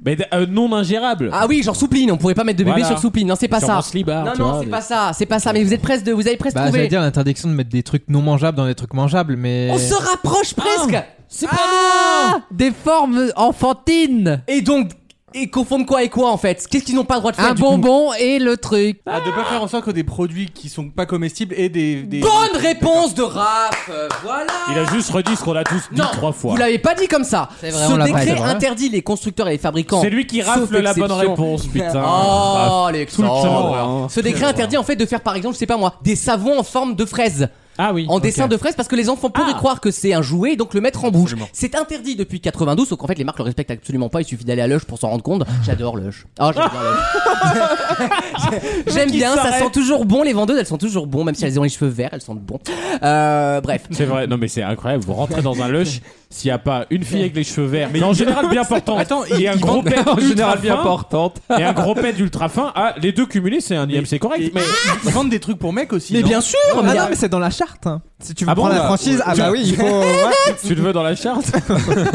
E: mais, euh, non ingérables.
B: Ah oui, genre soupline, on pourrait pas mettre de bébé
E: Voilà.
B: sur soupline. Non, c'est pas
E: Sur
B: ça.
E: mon slibard,
B: non
E: tu
B: non,
E: vois,
B: c'est
E: des-
B: pas ça, c'est pas ça, mais vous êtes presque de vous avez presque
H: Bah j'allais
B: trouvé.
H: dire l'interdiction de mettre des trucs non mangeables dans des trucs mangeables, mais...
B: On se rapproche presque. c'est pas loin.
C: Ah, des formes enfantines.
B: Et donc et confondent quoi et quoi en fait Qu'est-ce qu'ils n'ont pas le droit de faire
C: Un
B: du coup
C: bonbon et le truc.
F: Ah, de pas faire en sorte que des produits qui sont pas comestibles et des. des-
B: Bonne réponse de Raph. euh, Voilà.
E: Il a juste redit ce qu'on a tous dit
B: Non,
E: trois fois.
B: Vous l'avez pas dit comme ça.
C: C'est vrai,
B: Ce
C: on l'a pas dit,
B: décret
C: c'est vrai.
B: interdit les constructeurs et les fabricants.
E: C'est lui qui
B: Sauf
E: rafle la bonne
B: exception.
E: réponse, putain.
B: Oh,
E: Ah, tout le temps,
B: Alexandre. Ce décret interdit en fait de faire par exemple, je sais pas moi, des savons en forme de fraise.
E: Ah oui.
B: En dessin de fraise parce que les enfants pourraient
E: Ah.
B: croire que c'est un jouet et donc le mettre en bouche.
F: Absolument.
B: C'est interdit depuis 92, donc en fait les marques le respectent absolument pas, il suffit d'aller à Lush pour s'en rendre compte. J'adore Lush. Ah, j'aime bien Lush. J'aime bien, ça sent toujours bon, les vendeuses elles sont toujours bon, même si elles ont les cheveux verts, elles sentent bon. Euh, bref.
E: C'est vrai, non mais c'est incroyable. Vous rentrez dans
B: [LAUGHS]
E: un lush, s'il n'y a pas une fille avec les cheveux verts, mais en général bien portante.
F: Attends,
E: il y a un
F: ils
E: gros
B: [LAUGHS]
F: vendent-
E: pet
G: en
E: ultra
G: général bien
E: fin
G: portante.
E: et un gros pet ultra fin. Ah, les deux cumulés, c'est un IMC
F: Et-
E: correct. Mais
F: Ils vendent des trucs pour mecs aussi.
B: Mais
F: non
B: bien sûr,
H: Ah
B: mais-
H: non, mais c'est dans la charte. hein. Si tu veux
E: Ah bon,
H: prendre la
E: bah,
H: franchise,
E: ouais.
H: ah bah [LAUGHS] oui, il faut... ouais.
E: tu le veux dans la charte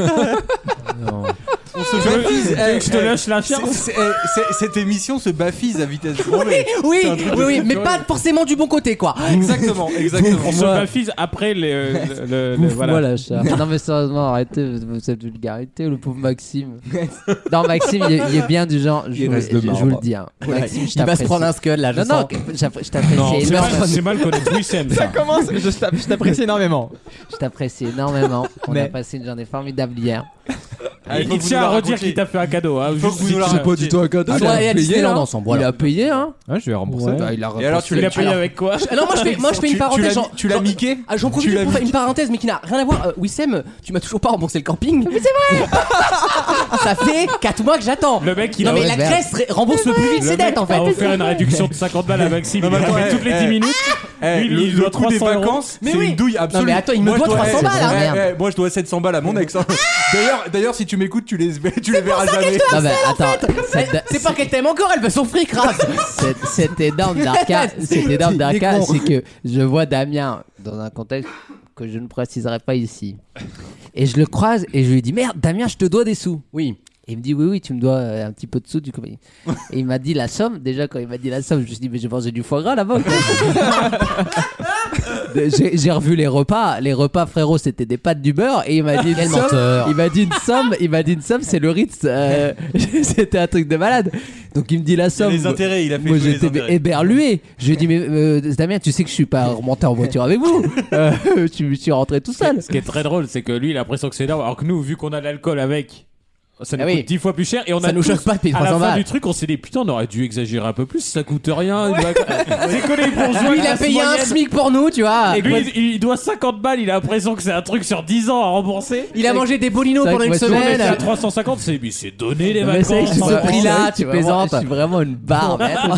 F: [LAUGHS] On se
E: Tu veux- tu
F: bafise.
E: veux
F: Eh,
E: que je te
F: eh,
E: lâche la charte
F: c'est- c'est- eh, c'est- Cette émission se bafise à vitesse grand V.
B: Oui,
F: C'est un truc
B: oui,
F: de
B: oui,
F: fou,
B: mais
F: ouais.
B: pas forcément du bon côté quoi.
F: Exactement,
E: On
F: exactement.
E: se bafise après les-
F: [LAUGHS]
E: le. le- le- voilà.
B: [LAUGHS]
C: Voilà, Charles. non mais sérieusement, arrêtez vous- cette vulgarité, le pauvre Maxime. non Maxime, il est, il est bien du genre. Je, vous-
G: reste de
C: je
G: marbre.
C: vous le dis. hein. Maxime, je
B: Il va se
C: t'apprécie.
B: prendre un scud là, je
C: Non
B: sens.
C: non, que- j'appr- je t'apprécie
E: Non, c'est
C: énormément.
E: mal, c'est mal connaître Wissem
F: [LAUGHS]
E: ça.
H: Commence, je t'app- je t'apprécie énormément.
C: Je t'apprécie énormément. On a
H: Mais-
C: passé une journée formidable hier.
F: Ah,
E: Il
F: faut
E: il
F: que vous
E: tient
F: nous
E: à
F: la
E: redire
F: racontiez.
E: qu'il t'a fait un cadeau. hein,
F: Faut que
E: juste
F: vous
E: si
F: nous la
E: tu-
F: racontiez.
H: un cadeau.
G: Ah bah,
B: Ils sont allés à Disneyland ensemble.
C: Il
B: voilà.
C: a payé hein.
H: Ah Ouais, je vais rembourser.
E: Ouais.
H: Bah, il a
F: Et alors,
H: remboursé.
F: tu
E: Tu
F: l'as
E: l'as payé avec quoi
B: Ah non, moi je fais, moi, je fais une
F: Tu- tu l'as-
B: parenthèse. j'en-
F: Tu l'as miqué
B: Ah, J'en profite
F: Tu l'as
B: pour faire
F: mis-
B: une parenthèse, mais qui n'a rien à voir. Euh, Wissem, tu m'as toujours pas remboursé le camping. Mais c'est vrai Ça fait 4 mois que j'attends.
E: Le mec, il
B: non,
E: a-
B: mais
E: ouais,
B: la
C: merde.
B: Grèce ré- rembourse le plus vite
E: Le
B: ses
E: mec
B: dettes en fait.
E: a offert une réduction de 50 balles à Maxime.
F: Non,
E: il
F: mais
E: l'a
F: attends,
E: fait
F: eh,
E: toutes les
F: eh.
E: 10 minutes.
F: Eh,
E: Lui,
F: le,
E: il doit
F: le coût des
E: 300 euros.
F: vacances,
B: Mais
F: c'est
B: oui.
F: une douille absolue.
B: mais attends, il me
F: Moi, je
B: doit 300 balles, Ah hein.
F: ouais,
C: Merde.
F: ouais, moi, je dois 700 balles à mon ex. hein. D'ailleurs, d'ailleurs, si tu m'écoutes, tu les, [LAUGHS] tu les verras jamais.
C: Non mais attends, cette,
B: Eh, C'est pas qu'elle t'aime encore, elle veut son fric, Raph.
C: [LAUGHS] cette,
B: [LAUGHS]
C: cette énorme d'arcade, cette énorme d'arcade, c'est que je vois Damien dans un contexte que je ne préciserai pas ici. Et je le croise et je lui dis Merde, Damien, je te dois des sous. Oui. Et il me dit Oui, oui, tu me dois euh, un petit peu de sous. Du coup. Et il m'a dit la somme. Déjà, quand il m'a dit la somme, je me suis dit Mais j'ai mangé du foie gras là-bas. ou [LAUGHS] quoi j'ai j'ai revu les repas. Les repas, frérot, c'était des pâtes du beurre. Et il m'a dit Quel
B: menteur.
C: Il m'a dit une somme. Il m'a dit une somme, c'est le Ritz. euh, [LAUGHS] c'était un truc de malade. Donc il me dit la somme.
F: Les intérêts, il a fait
C: Moi
F: jouer les
C: j'étais
F: intérêts.
C: éberlué. Je lui ai dit, mais euh, Damien, tu sais que je suis pas remonté en voiture avec vous. Euh, je, suis- je suis rentré tout seul.
E: Ce qui est très drôle, c'est que lui, il a l'impression que c'est énorme. Alors que nous, vu qu'on a de l'alcool avec. ça nous
B: Ah oui.
E: coûte 10 fois plus cher et on
B: Ça
E: a
B: nous
E: tous-
B: choque pas de payer
E: à la
B: 300
E: fin
B: balles.
E: du truc on s'est dit putain on aurait dû exagérer un peu plus ça coûte rien il [LAUGHS] va- déconner pour
B: Lui, il a payé un SMIC pour nous, tu vois.
E: et lui, il, il doit 50 balles, il a l'impression que c'est un truc sur 10 ans à rembourser.
B: Il a mangé des bolinos
C: C'est vrai
B: pendant une
C: que moi,
E: On est à
B: semaine.
E: 350, c'est mais c'est donné les
B: Mais c'est vrai que
E: vacances.
B: ce
C: Ouais,
B: prix-là,
C: c'est vrai que
B: tu
C: je suis vraiment-
B: plaisantes.
C: Je suis vraiment une barbe. Hein,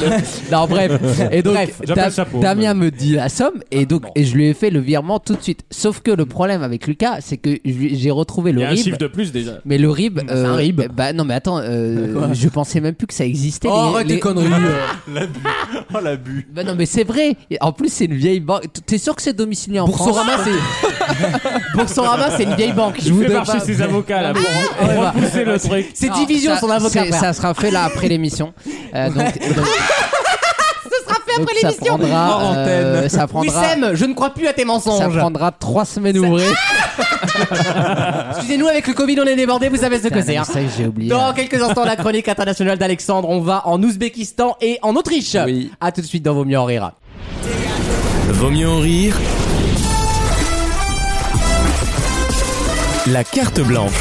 C: non,
B: [LAUGHS]
C: bref. Et donc,
B: Bref,
E: j'appelle
C: Da-
E: ça pauvre.
C: Damien me dit la somme et donc
E: bon.
C: et je lui ai fait le virement tout de suite. Sauf que le problème avec Lucas, c'est que je lui- j'ai retrouvé
E: Il
C: le
E: y a un
C: RIB.
E: chiffre de plus déjà.
C: Mais le RIB,
B: c'est un RIB.
C: Bah non, mais attends,
B: [LAUGHS]
C: euh, je pensais même plus que ça existait.
B: Oh,
C: les-
B: arrête
C: les-
B: tes conneries.
F: Oh l'abus.
C: [LAUGHS] Bah non, mais c'est vrai. Et En plus, c'est une vieille banque. T'es sûr que c'est domicilié en France
B: Boursorama, c'est.
C: [LAUGHS]
B: Boursorama, c'est une vieille banque.
E: Il fait
C: donne
E: marcher
C: pas-
E: ses avocats
B: Ah,
E: là pour pour
C: bah.
E: repousser le truc.
B: C'est
C: Non,
B: division,
C: ça-
B: son avocat.
C: c'est-
B: frère.
C: Ça sera fait là
B: [LAUGHS]
C: après l'émission. Euh, donc, ce sera fait après l'émission. Ça prendra, euh, ça
B: Oui,
C: prendra,
B: Sam, je ne crois plus à tes
C: ça
B: mensonges.
C: prendra trois semaines ouvrées.
B: Excusez-nous, avec le Covid, on est débordé, vous savez ce que c'est.
C: Putain,
B: hein.
C: mais ça, j'ai oublié.
B: Dans quelques instants, la chronique internationale d'Alexandre. On va en Ouzbékistan et en Autriche.
G: Oui.
B: À tout de suite dans Vos mieux en rire.
A: Vaut mieux en rire. La carte blanche.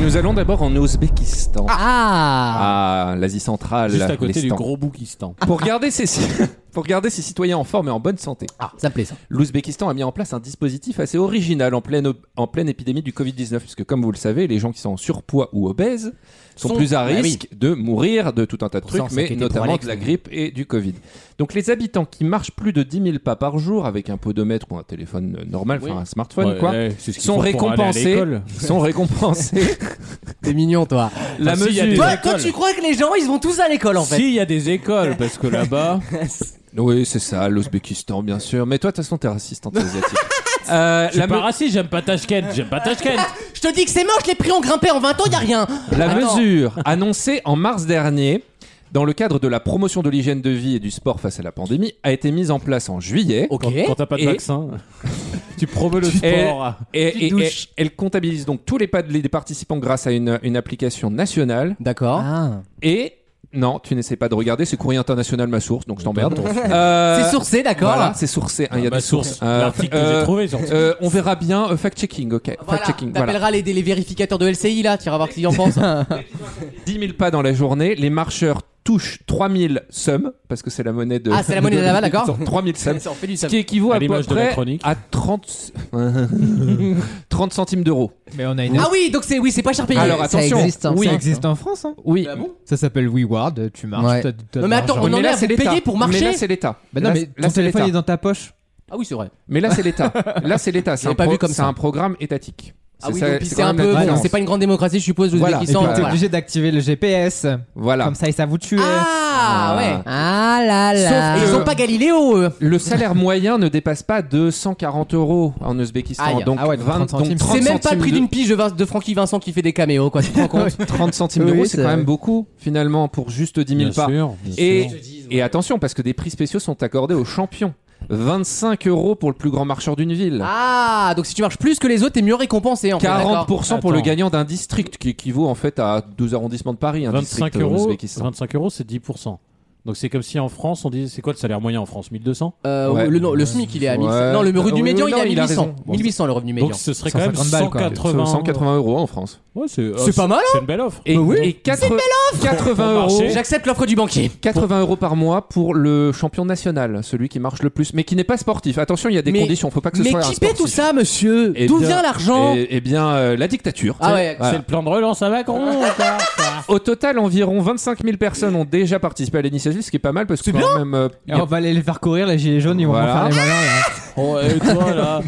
G: Nous allons d'abord en Ouzbékistan.
C: Ah,
G: Ah, l'Asie centrale.
E: Juste à côté du
G: l'Estan.
E: gros Boukistan.
G: Pour garder, ses, [LAUGHS] pour garder ses citoyens en forme et en bonne santé,
C: Ah, ça me plaît ça.
G: l'Ouzbékistan a mis en place un dispositif assez original en pleine, op- en pleine épidémie du Covid-19, puisque comme vous le savez, les gens qui sont en surpoids ou obèses sont,
B: Sont-
G: plus à
B: Bah oui.
G: risque de mourir de tout un tas de
B: ça, on
G: trucs, mais
B: s'inquiétait pour
G: notamment
B: Alex,
G: de la
B: mais-
G: grippe et du Covid. Donc les habitants qui marchent plus de 10 000 pas par jour avec un podomètre ou un téléphone euh, normal, enfin un smartphone,
E: Ouais,
G: quoi,
E: ouais, c'est ce qu'ils
G: sont,
E: font pour aller à
G: récompensés,
E: l'école.
G: [LAUGHS] sont récompensés.
B: T'es mignon, toi.
G: La
E: Enfin, s'il y a des-
G: mesure.
B: Toi, toi, tu crois que les gens, ils vont tous à l'école, en fait.
E: Si, il y a des écoles, parce que [LAUGHS] là-bas.
G: Oui, c'est ça, l'Ouzbékistan, bien sûr. Mais toi, de toute façon, t'es raciste anti-asiatique.
E: Je suis pas raciste, j'aime pas Tashkent, j'aime pas Tashkent.
B: Je te dis que c'est moche, les prix ont grimpé en 20 ans, y a rien.
G: La
B: Attends.
G: mesure annoncée en mars dernier dans le cadre de la promotion de l'hygiène de vie et du sport face à la pandémie a été mise en place en juillet.
B: Ok.
E: Quand, quand t'as pas de
G: Et- Ah,
E: vaccin, [LAUGHS] tu promeus le
G: Et-
E: sport.
G: Et, et- et-
B: douche.
G: elle comptabilise donc tous les pas de- des participants grâce à une, une application nationale.
B: D'accord.
C: Ah.
G: Et non, tu n'essaies pas de regarder, c'est Courrier International ma source, donc je t'emmerde. Euh,
B: C'est sourcé, d'accord.
G: Voilà, c'est sourcé. hein, Il y a
E: Ma
G: des sources.
E: source,
G: Euh,
E: bah, l'article que
G: euh,
E: j'ai trouvé. sur-
G: euh, on verra bien. euh, fact-checking, ok.
B: Voilà,
G: Fact-checking.
B: T'appelleras
G: Voilà.
B: les, les vérificateurs de LCI là, tu iras voir ce qu'ils en pensent.
G: 10 000 pas dans la journée, les marcheurs touchent 3 000 sommes, parce que c'est la monnaie de.
B: Ah, c'est la monnaie de
G: [LAUGHS]
B: là-bas, d'accord.
G: 3 000 sommes.
B: Ça en fait du
G: Ce qui équivaut à,
E: À
G: peu
E: l'image de la
G: près
E: chronique.
B: [LAUGHS]
G: à 30, 30 centimes d'euros.
H: Mais on a une.
B: Ah oui, donc c'est oui, c'est pas cher payé.
G: Alors,
C: ça
G: attention,
C: existe en
G: oui,
H: ça
C: France,
H: existe en France, hein
G: Oui.
H: Ça s'appelle WeWard, tu marches.
C: Ouais.
H: t'as- t'as
B: Non,
H: de
B: mais attends,
H: l'argent.
B: on
G: mais
B: en est
G: là,
B: à
G: c'est
B: vous
G: l'État.
B: payer pour
G: Mais
B: marcher.
G: là, c'est l'État.
H: Bah non,
G: Là,
H: mais
G: c'est-
H: ton
G: là, c'est
H: téléphone
G: l'État.
H: il est dans ta poche.
B: Ah oui, c'est vrai.
G: Mais là, c'est l'État. Là,
B: [LAUGHS]
G: c'est l'État. C'est
B: l'ai
G: un,
B: pas
G: pro-
B: vu comme
G: c'est
B: ça.
G: un programme étatique.
B: Ah oui,
G: ça-
B: donc, puis
G: c'est
B: c'est
G: quand
B: un
G: même la
B: peu bon,
G: différence.
B: c'est pas une grande démocratie, je suppose,
G: Voilà,
B: l'Ouzbékistan.
G: et puis,
H: T'es
B: voilà.
H: obligé d'activer le GPS.
G: Voilà.
H: Comme ça, et ça vous tue.
B: Ah ouais.
C: Ah là là.
B: Sauf qu'ils
G: euh,
B: ont pas Galiléo eux.
G: Le salaire moyen ne dépasse pas 240 euros en Ouzbékistan.
B: Aïe.
G: Donc,
H: Ah ouais, donc
G: 20
H: 30 centimes.
G: donc 30
B: C'est même pas le prix
G: centimes
B: d'une pige de, Vin- de Francky Vincent qui fait des caméos quoi, tu
G: [LAUGHS]
B: te rends compte
G: de- 30
B: [LAUGHS]
G: centimes d'euros,
C: Oui,
G: c'est
C: c'est
G: quand
C: vrai.
G: même beaucoup, finalement, pour juste 10 000 pas.
E: sûr. bien
G: Et,
E: sûr.
G: et attention, parce que des prix spéciaux sont accordés aux champions. 25 euros pour le plus grand marcheur d'une ville.
B: Ah, donc si tu marches plus que les autres, t'es mieux récompensé en fait. d'accord.
G: 40% pour le
E: Attends.
G: gagnant d'un district, qui équivaut en fait à deux arrondissements de Paris. Un
E: 25
G: district, euh,
E: euros,
G: Ouzbékistan.
E: 25 euros, c'est 10%. Donc c'est comme si en France, on disait c'est quoi le salaire moyen en France 1200
B: Euh,
G: Ouais.
B: le, non, le SMIC il est à 1000.
G: Ouais.
B: Non, le revenu
G: Oui,
B: médian
G: oui,
B: il est à
G: non, il a
B: 1800.
G: raison. Bon,
B: 1800 le revenu médian.
E: Donc ce serait quand même
H: 150 balles, quoi.
E: 180.
G: 180 euros en France.
E: Ouais, c'est ah,
B: C'est pas mal.
E: C'est une belle offre.
G: hein. Et, et 4 80,
E: Pour
G: euros,
E: marcher.
B: J'accepte l'offre du banquier.
G: 80 euros par mois pour le champion national, celui qui marche le plus, mais qui n'est pas sportif. Attention, il y a des
B: Mais-
G: conditions, faut pas que ce
B: Mais
G: soit un
B: qui paie
G: sportif.
B: tout ça, monsieur
G: Eh
B: D'où
G: bien-
B: vient l'argent
G: Eh eh bien, euh, la dictature.
B: Ah ouais,
E: C'est le plan de relance à
G: [LAUGHS]
E: Macron. quoi.
G: Au total, environ 25 000 personnes ont déjà participé à l'initiative, ce qui est pas mal parce que quand même. euh,
H: Et on va aller les faire courir, les gilets jaunes, ils vont
G: Voilà.
H: en faire les malins. là.
E: Oh, et toi là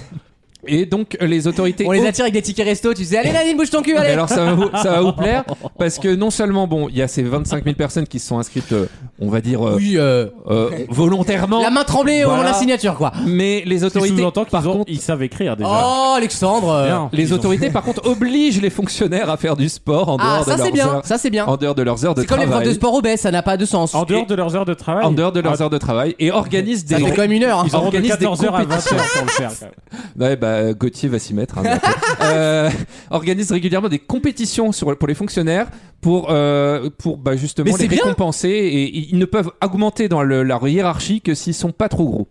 G: Et donc, euh, les autorités.
B: On les attire avec des tickets resto, tu sais, allez Nadine, bouge ton cul,
G: Mais
B: allez
G: alors ça va, vous, ça
B: [LAUGHS]
G: va vous plaire parce que non seulement bon il y a ces 25 000 personnes qui se sont inscrites euh, on va dire euh,
B: Oui, euh,
G: euh, volontairement
B: la main tremblée au moment de la
G: Voilà.
B: signature, quoi.
G: mais les
E: Tu
G: autorités
E: sous-entends
G: par
E: qu'ils ont-
G: contre
E: ils savent écrire déjà.
B: Oh, Alexandre euh,
E: Bien.
G: les
E: Ils ont-
G: autorités par contre obligent les fonctionnaires à faire du sport en
B: Ah,
G: dehors
B: ça
G: de
B: c'est
G: leurs
B: bien,
G: heures
B: ça c'est bien.
G: en dehors de leurs heures de
B: C'est comme les
G: travail
B: profs de sport obèses, ça n'a pas de sens.
E: En dehors de leurs heures de travail.
G: en dehors de leurs
E: Ah,
G: heures de travail et organisent des
B: Ça fait quand même une heure. hein.
E: Ils auront de
G: organisent des
E: 14h à 20h pour le faire. quand même.
G: Ouais, bah, Gauthier va s'y mettre. hein, bientôt. Euh, organise régulièrement des compétitions sur, pour les fonctionnaires pour, euh, pour bah, justement
B: Mais c'est
G: les
B: bien.
G: récompenser. Et ils ne peuvent augmenter dans le- leur hiérarchie que s'ils sont pas trop gros.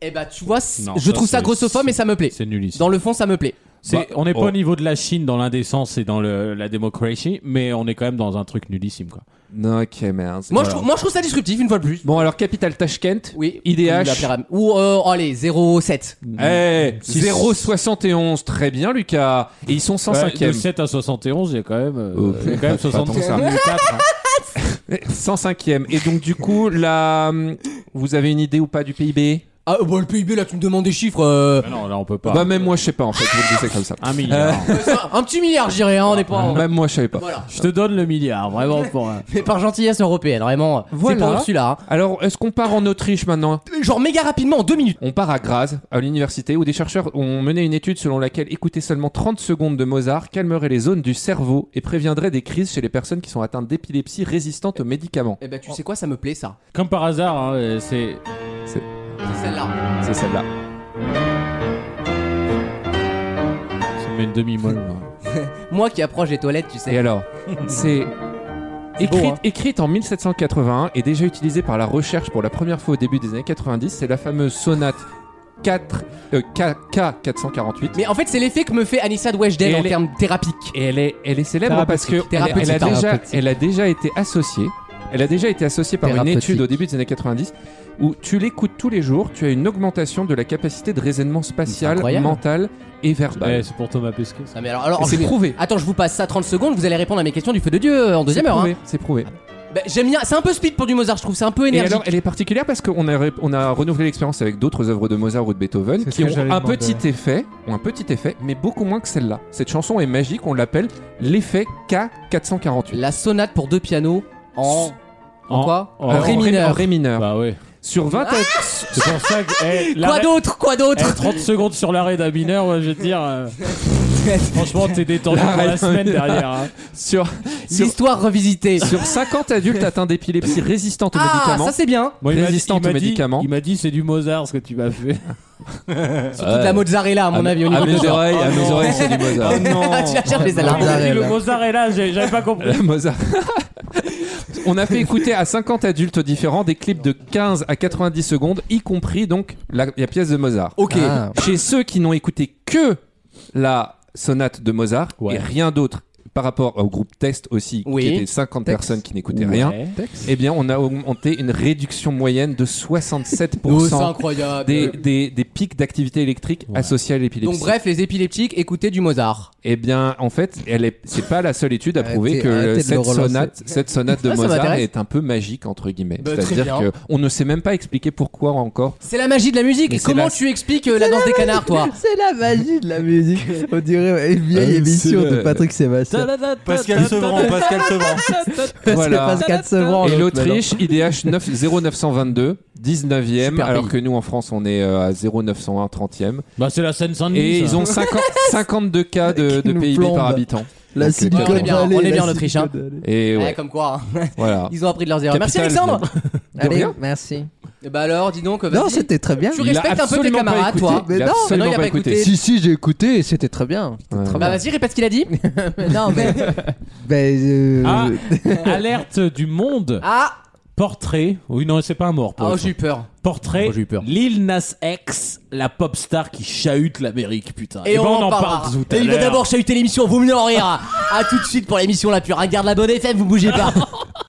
B: Eh bah, tu vois, c-
E: Non,
B: je trouve ça
E: c'est-
B: grossophobe, mais ça me plaît.
E: C'est nullissime.
B: Dans le fond, ça me plaît.
E: C'est-
G: Bah,
E: on n'est pas
G: oh.
E: au niveau de la Chine dans l'indécence et dans le- la démocratie, mais on est quand même dans un truc nullissime. Quoi.
G: Non, ok, merde.
B: Moi, je trouve, moi, je trouve ça disruptif, une fois de plus.
G: Bon, alors, Capital Tashkent.
B: Oui.
G: IDH.
B: Ou la pyramide. Ou, euh, allez, 0,7.
G: Eh, 0,71, très bien, Lucas. Et ils sont
E: Ouais,
G: 105e.
E: de 7 à 71, il y a quand même, euh,
G: Oh,
E: il y a quand même
G: pas- pas tant que
E: 75
G: ça.
E: 004, hein.
G: 105e. Et donc, du coup, là, hum, vous avez une idée ou pas du PIB
B: Ah, bah, le PIB, là, tu me demandes des chiffres. euh,
E: Bah non, là, on peut pas.
G: Bah, même moi, je sais pas, en fait, je vous le disais comme ça.
E: un milliard.
B: un petit milliard, je dirais, hein, on est pas.
G: Même moi, je savais pas.
B: Voilà.
E: Je te donne le milliard, vraiment. Pour, un-
B: Mais par gentillesse européenne, vraiment. C'est
G: Voilà.
B: pour celui-là.
G: Alors, est-ce qu'on part en Autriche maintenant
B: hein. Genre méga rapidement, en deux minutes.
G: On part à Graz, à l'université, où des chercheurs ont mené une étude selon laquelle écouter seulement 30 secondes de Mozart calmerait les zones du cerveau et préviendrait des crises chez les personnes qui sont atteintes d'épilepsie résistante aux médicaments.
B: Eh bah, tu sais quoi, ça me plaît, ça.
E: Comme par hasard, hein, euh, c'est.
B: C'est celle-là.
G: C'est celle-là.
E: Ça me met une demi-molle. moi.
B: Moi qui approche des toilettes, tu
G: Et
B: sais. [LAUGHS]
G: alors, c'est écrite,
B: beau, hein.
G: écrite en 1781 et déjà utilisée par la recherche pour la première fois au début des années 90, c'est la fameuse sonate 4, euh, K, 448.
B: Mais en fait, c'est l'effet que me fait Anissa de Weshden
G: Et
B: en
G: elle est-
B: termes thérapiques.
G: Et elle est, elle est célèbre parce que elle,
B: Thérapeutique.
G: elle a déjà,
C: Thérapeutique.
G: elle a déjà été associée. Elle a déjà été associée par une
C: Thérapeutique.
G: étude au début des années 90 où tu l'écoutes tous les jours, tu as une augmentation de la capacité de raisonnement spatial,
B: incroyable.
G: mental et
E: Eh,
G: verbal.
E: c'est pour Thomas Pesquet. ça.
B: Ah, mais alors, alors,
G: C'est
B: ensuite-
G: prouvé.
B: Attends, je vous passe ça 30 secondes, vous allez répondre à mes questions du feu de Dieu euh, en deuxième
G: C'est
B: heure. hein.
G: prouvé, C'est prouvé.
B: Bah, J'aime bien, c'est un peu speed pour du Mozart, je trouve, c'est un peu
G: Et
B: énergique.
G: alors, elle est particulière parce qu'on a, ré- on a renouvelé l'expérience avec d'autres œuvres de Mozart ou de Beethoven
H: C'est ce
G: qui
H: que
G: ont
H: j'allais
G: un
H: demander.
G: petit effet, ont un petit effet, mais beaucoup moins que celle-là. Cette chanson est magique, on l'appelle l'effet K448.
B: La sonate pour deux pianos en. En,
E: En-
B: quoi
E: en-
B: En Ré
G: en
B: mineur. Ah.
G: en Ré mineur.
E: Bah ouais.
G: Sur 20
E: C'est pour ça que. eh, la
B: Quoi
E: ré-
B: d'autre Quoi
E: eh,
B: d'autre
E: 30 secondes sur l'arrêt d'un mineur, ouais, je vais te dire. euh, Franchement, t'es détendu pour la semaine derrière. hein.
G: sur, sur,
B: L'histoire revisitée.
G: sur 50 adultes atteints d'épilepsie résistante aux
B: Ah,
G: médicaments,
B: ça c'est bien.
E: Bon, il m'a dit-
G: Résistante
E: il m'a
G: aux
E: dit-
G: médicaments.
E: Il m'a dit, c'est du Mozart ce que tu m'as fait.
G: Euh,
B: Toute la mozzarella, à
G: ah,
B: mon avis, au niveau Oh, de
G: oreilles, à mes oreilles, c'est du Mozart.
B: [LAUGHS] Tu la cherches, les
E: Il m'a dit,
B: salades.
E: Ah, le Mozart est là, j'ai- j'avais pas compris.
G: [LAUGHS] Le Mozart. On a fait écouter à 50 adultes différents des clips de 15 à 90 secondes, y compris donc la, la pièce de Mozart.
B: Ok.
C: Ah.
G: Chez ceux qui n'ont écouté que la sonate de Mozart
E: Ouais.
G: et rien d'autre par rapport au groupe test aussi,
B: Oui.
G: qui était 50 personnes qui n'écoutaient rien,
E: Ouais.
G: eh bien on a augmenté une réduction moyenne de 67%
B: Oh, c'est incroyable.
C: Euh,
G: des, des, des pics d'activité électrique associés à l'épilepsie.
B: Donc bref, les épileptiques, écoutez du Mozart.
G: Eh bien, en fait, elle est, c'est pas la seule étude à prouver
C: Arrêtez-
G: que
C: arrêtez de le
G: cette
C: relancer.
G: sonate, cette sonate de
B: Ah, ça
G: Mozart
B: m'intéresse.
G: est un peu magique entre guillemets.
B: Bah, très
G: C'est-à-dire
B: bien.
G: que on ne sait même pas expliquer pourquoi encore.
B: C'est la magie de la musique.
G: Mais
B: Et
G: c'est
B: comment
G: la-
B: tu expliques euh, la danse des canards, toi
C: [LAUGHS] C'est la magie de la musique. [LAUGHS] On dirait une
G: Ah,
C: vieille
G: c'est
C: émission
G: le-
C: de Patrick Sébastien. [LAUGHS]
F: Pascal Sevran, Pascal Sevran.
G: Voilà.
C: Parce que Pascal Sevran.
G: Et
C: l'autre,
G: l'Autriche,
C: [LAUGHS]
G: IDH 9 0922, 19e,
B: Super
G: alors
B: pays.
G: que nous en France, on est euh, à 0901, 30e.
E: [LAUGHS] Bah, c'est la Seine-Saint-Denis.
G: Et ils
E: ça.
C: [LAUGHS]
G: ont 50 52 cas de,
C: Mmh.
G: de
C: Qui nous
G: PIB
C: plombe.
G: par habitant.
C: La
G: Donc,
C: Silicon
G: euh,
B: on est bien-
C: Valley,
B: on est
C: la
B: bien en Autriche, hein.
C: Silicon Valley.
G: Et
B: Ouais,
G: ouais,
B: Comme quoi, hein.
G: voilà.
B: ils ont appris de leurs erreurs. Merci
G: Capital,
B: Alexandre.
G: De
C: Allez,
G: rien.
C: merci.
B: Eh Bah alors, dis donc, vas-y.
C: Non, c'était très bien.
B: Tu
G: Il a
B: respectes un peu tes
G: absolument pas
B: camarades,
G: écouté.
B: toi.
C: Mais
G: Il a
C: non.
B: Mais
G: absolument
B: non, il a pas écouté.
C: Si, si, j'ai écouté et c'était très bien. C'était
G: Ouais.
C: très
B: Bah
C: bien.
B: vas-y, répète ce qu'il a dit.
C: non, mais. ben, euh,
E: Ah, alerte du monde.
B: Ah,
E: Portrait. Oui, non, c'est pas un mort. pour
B: oh,
E: être
B: j'ai eu peur.
E: Portrait,
B: Oh, j'ai eu peur.
E: Lil Nas X, la pop star qui chahute l'Amérique, putain.
B: Et,
E: Eh ben,
B: on, en parlera.
E: parle tout à
B: Et il va
E: l'heure.
B: d'abord chahuter l'émission, vous mieux en rire. à tout de suite pour l'émission la plus regarde la bonne FM, vous bougez pas.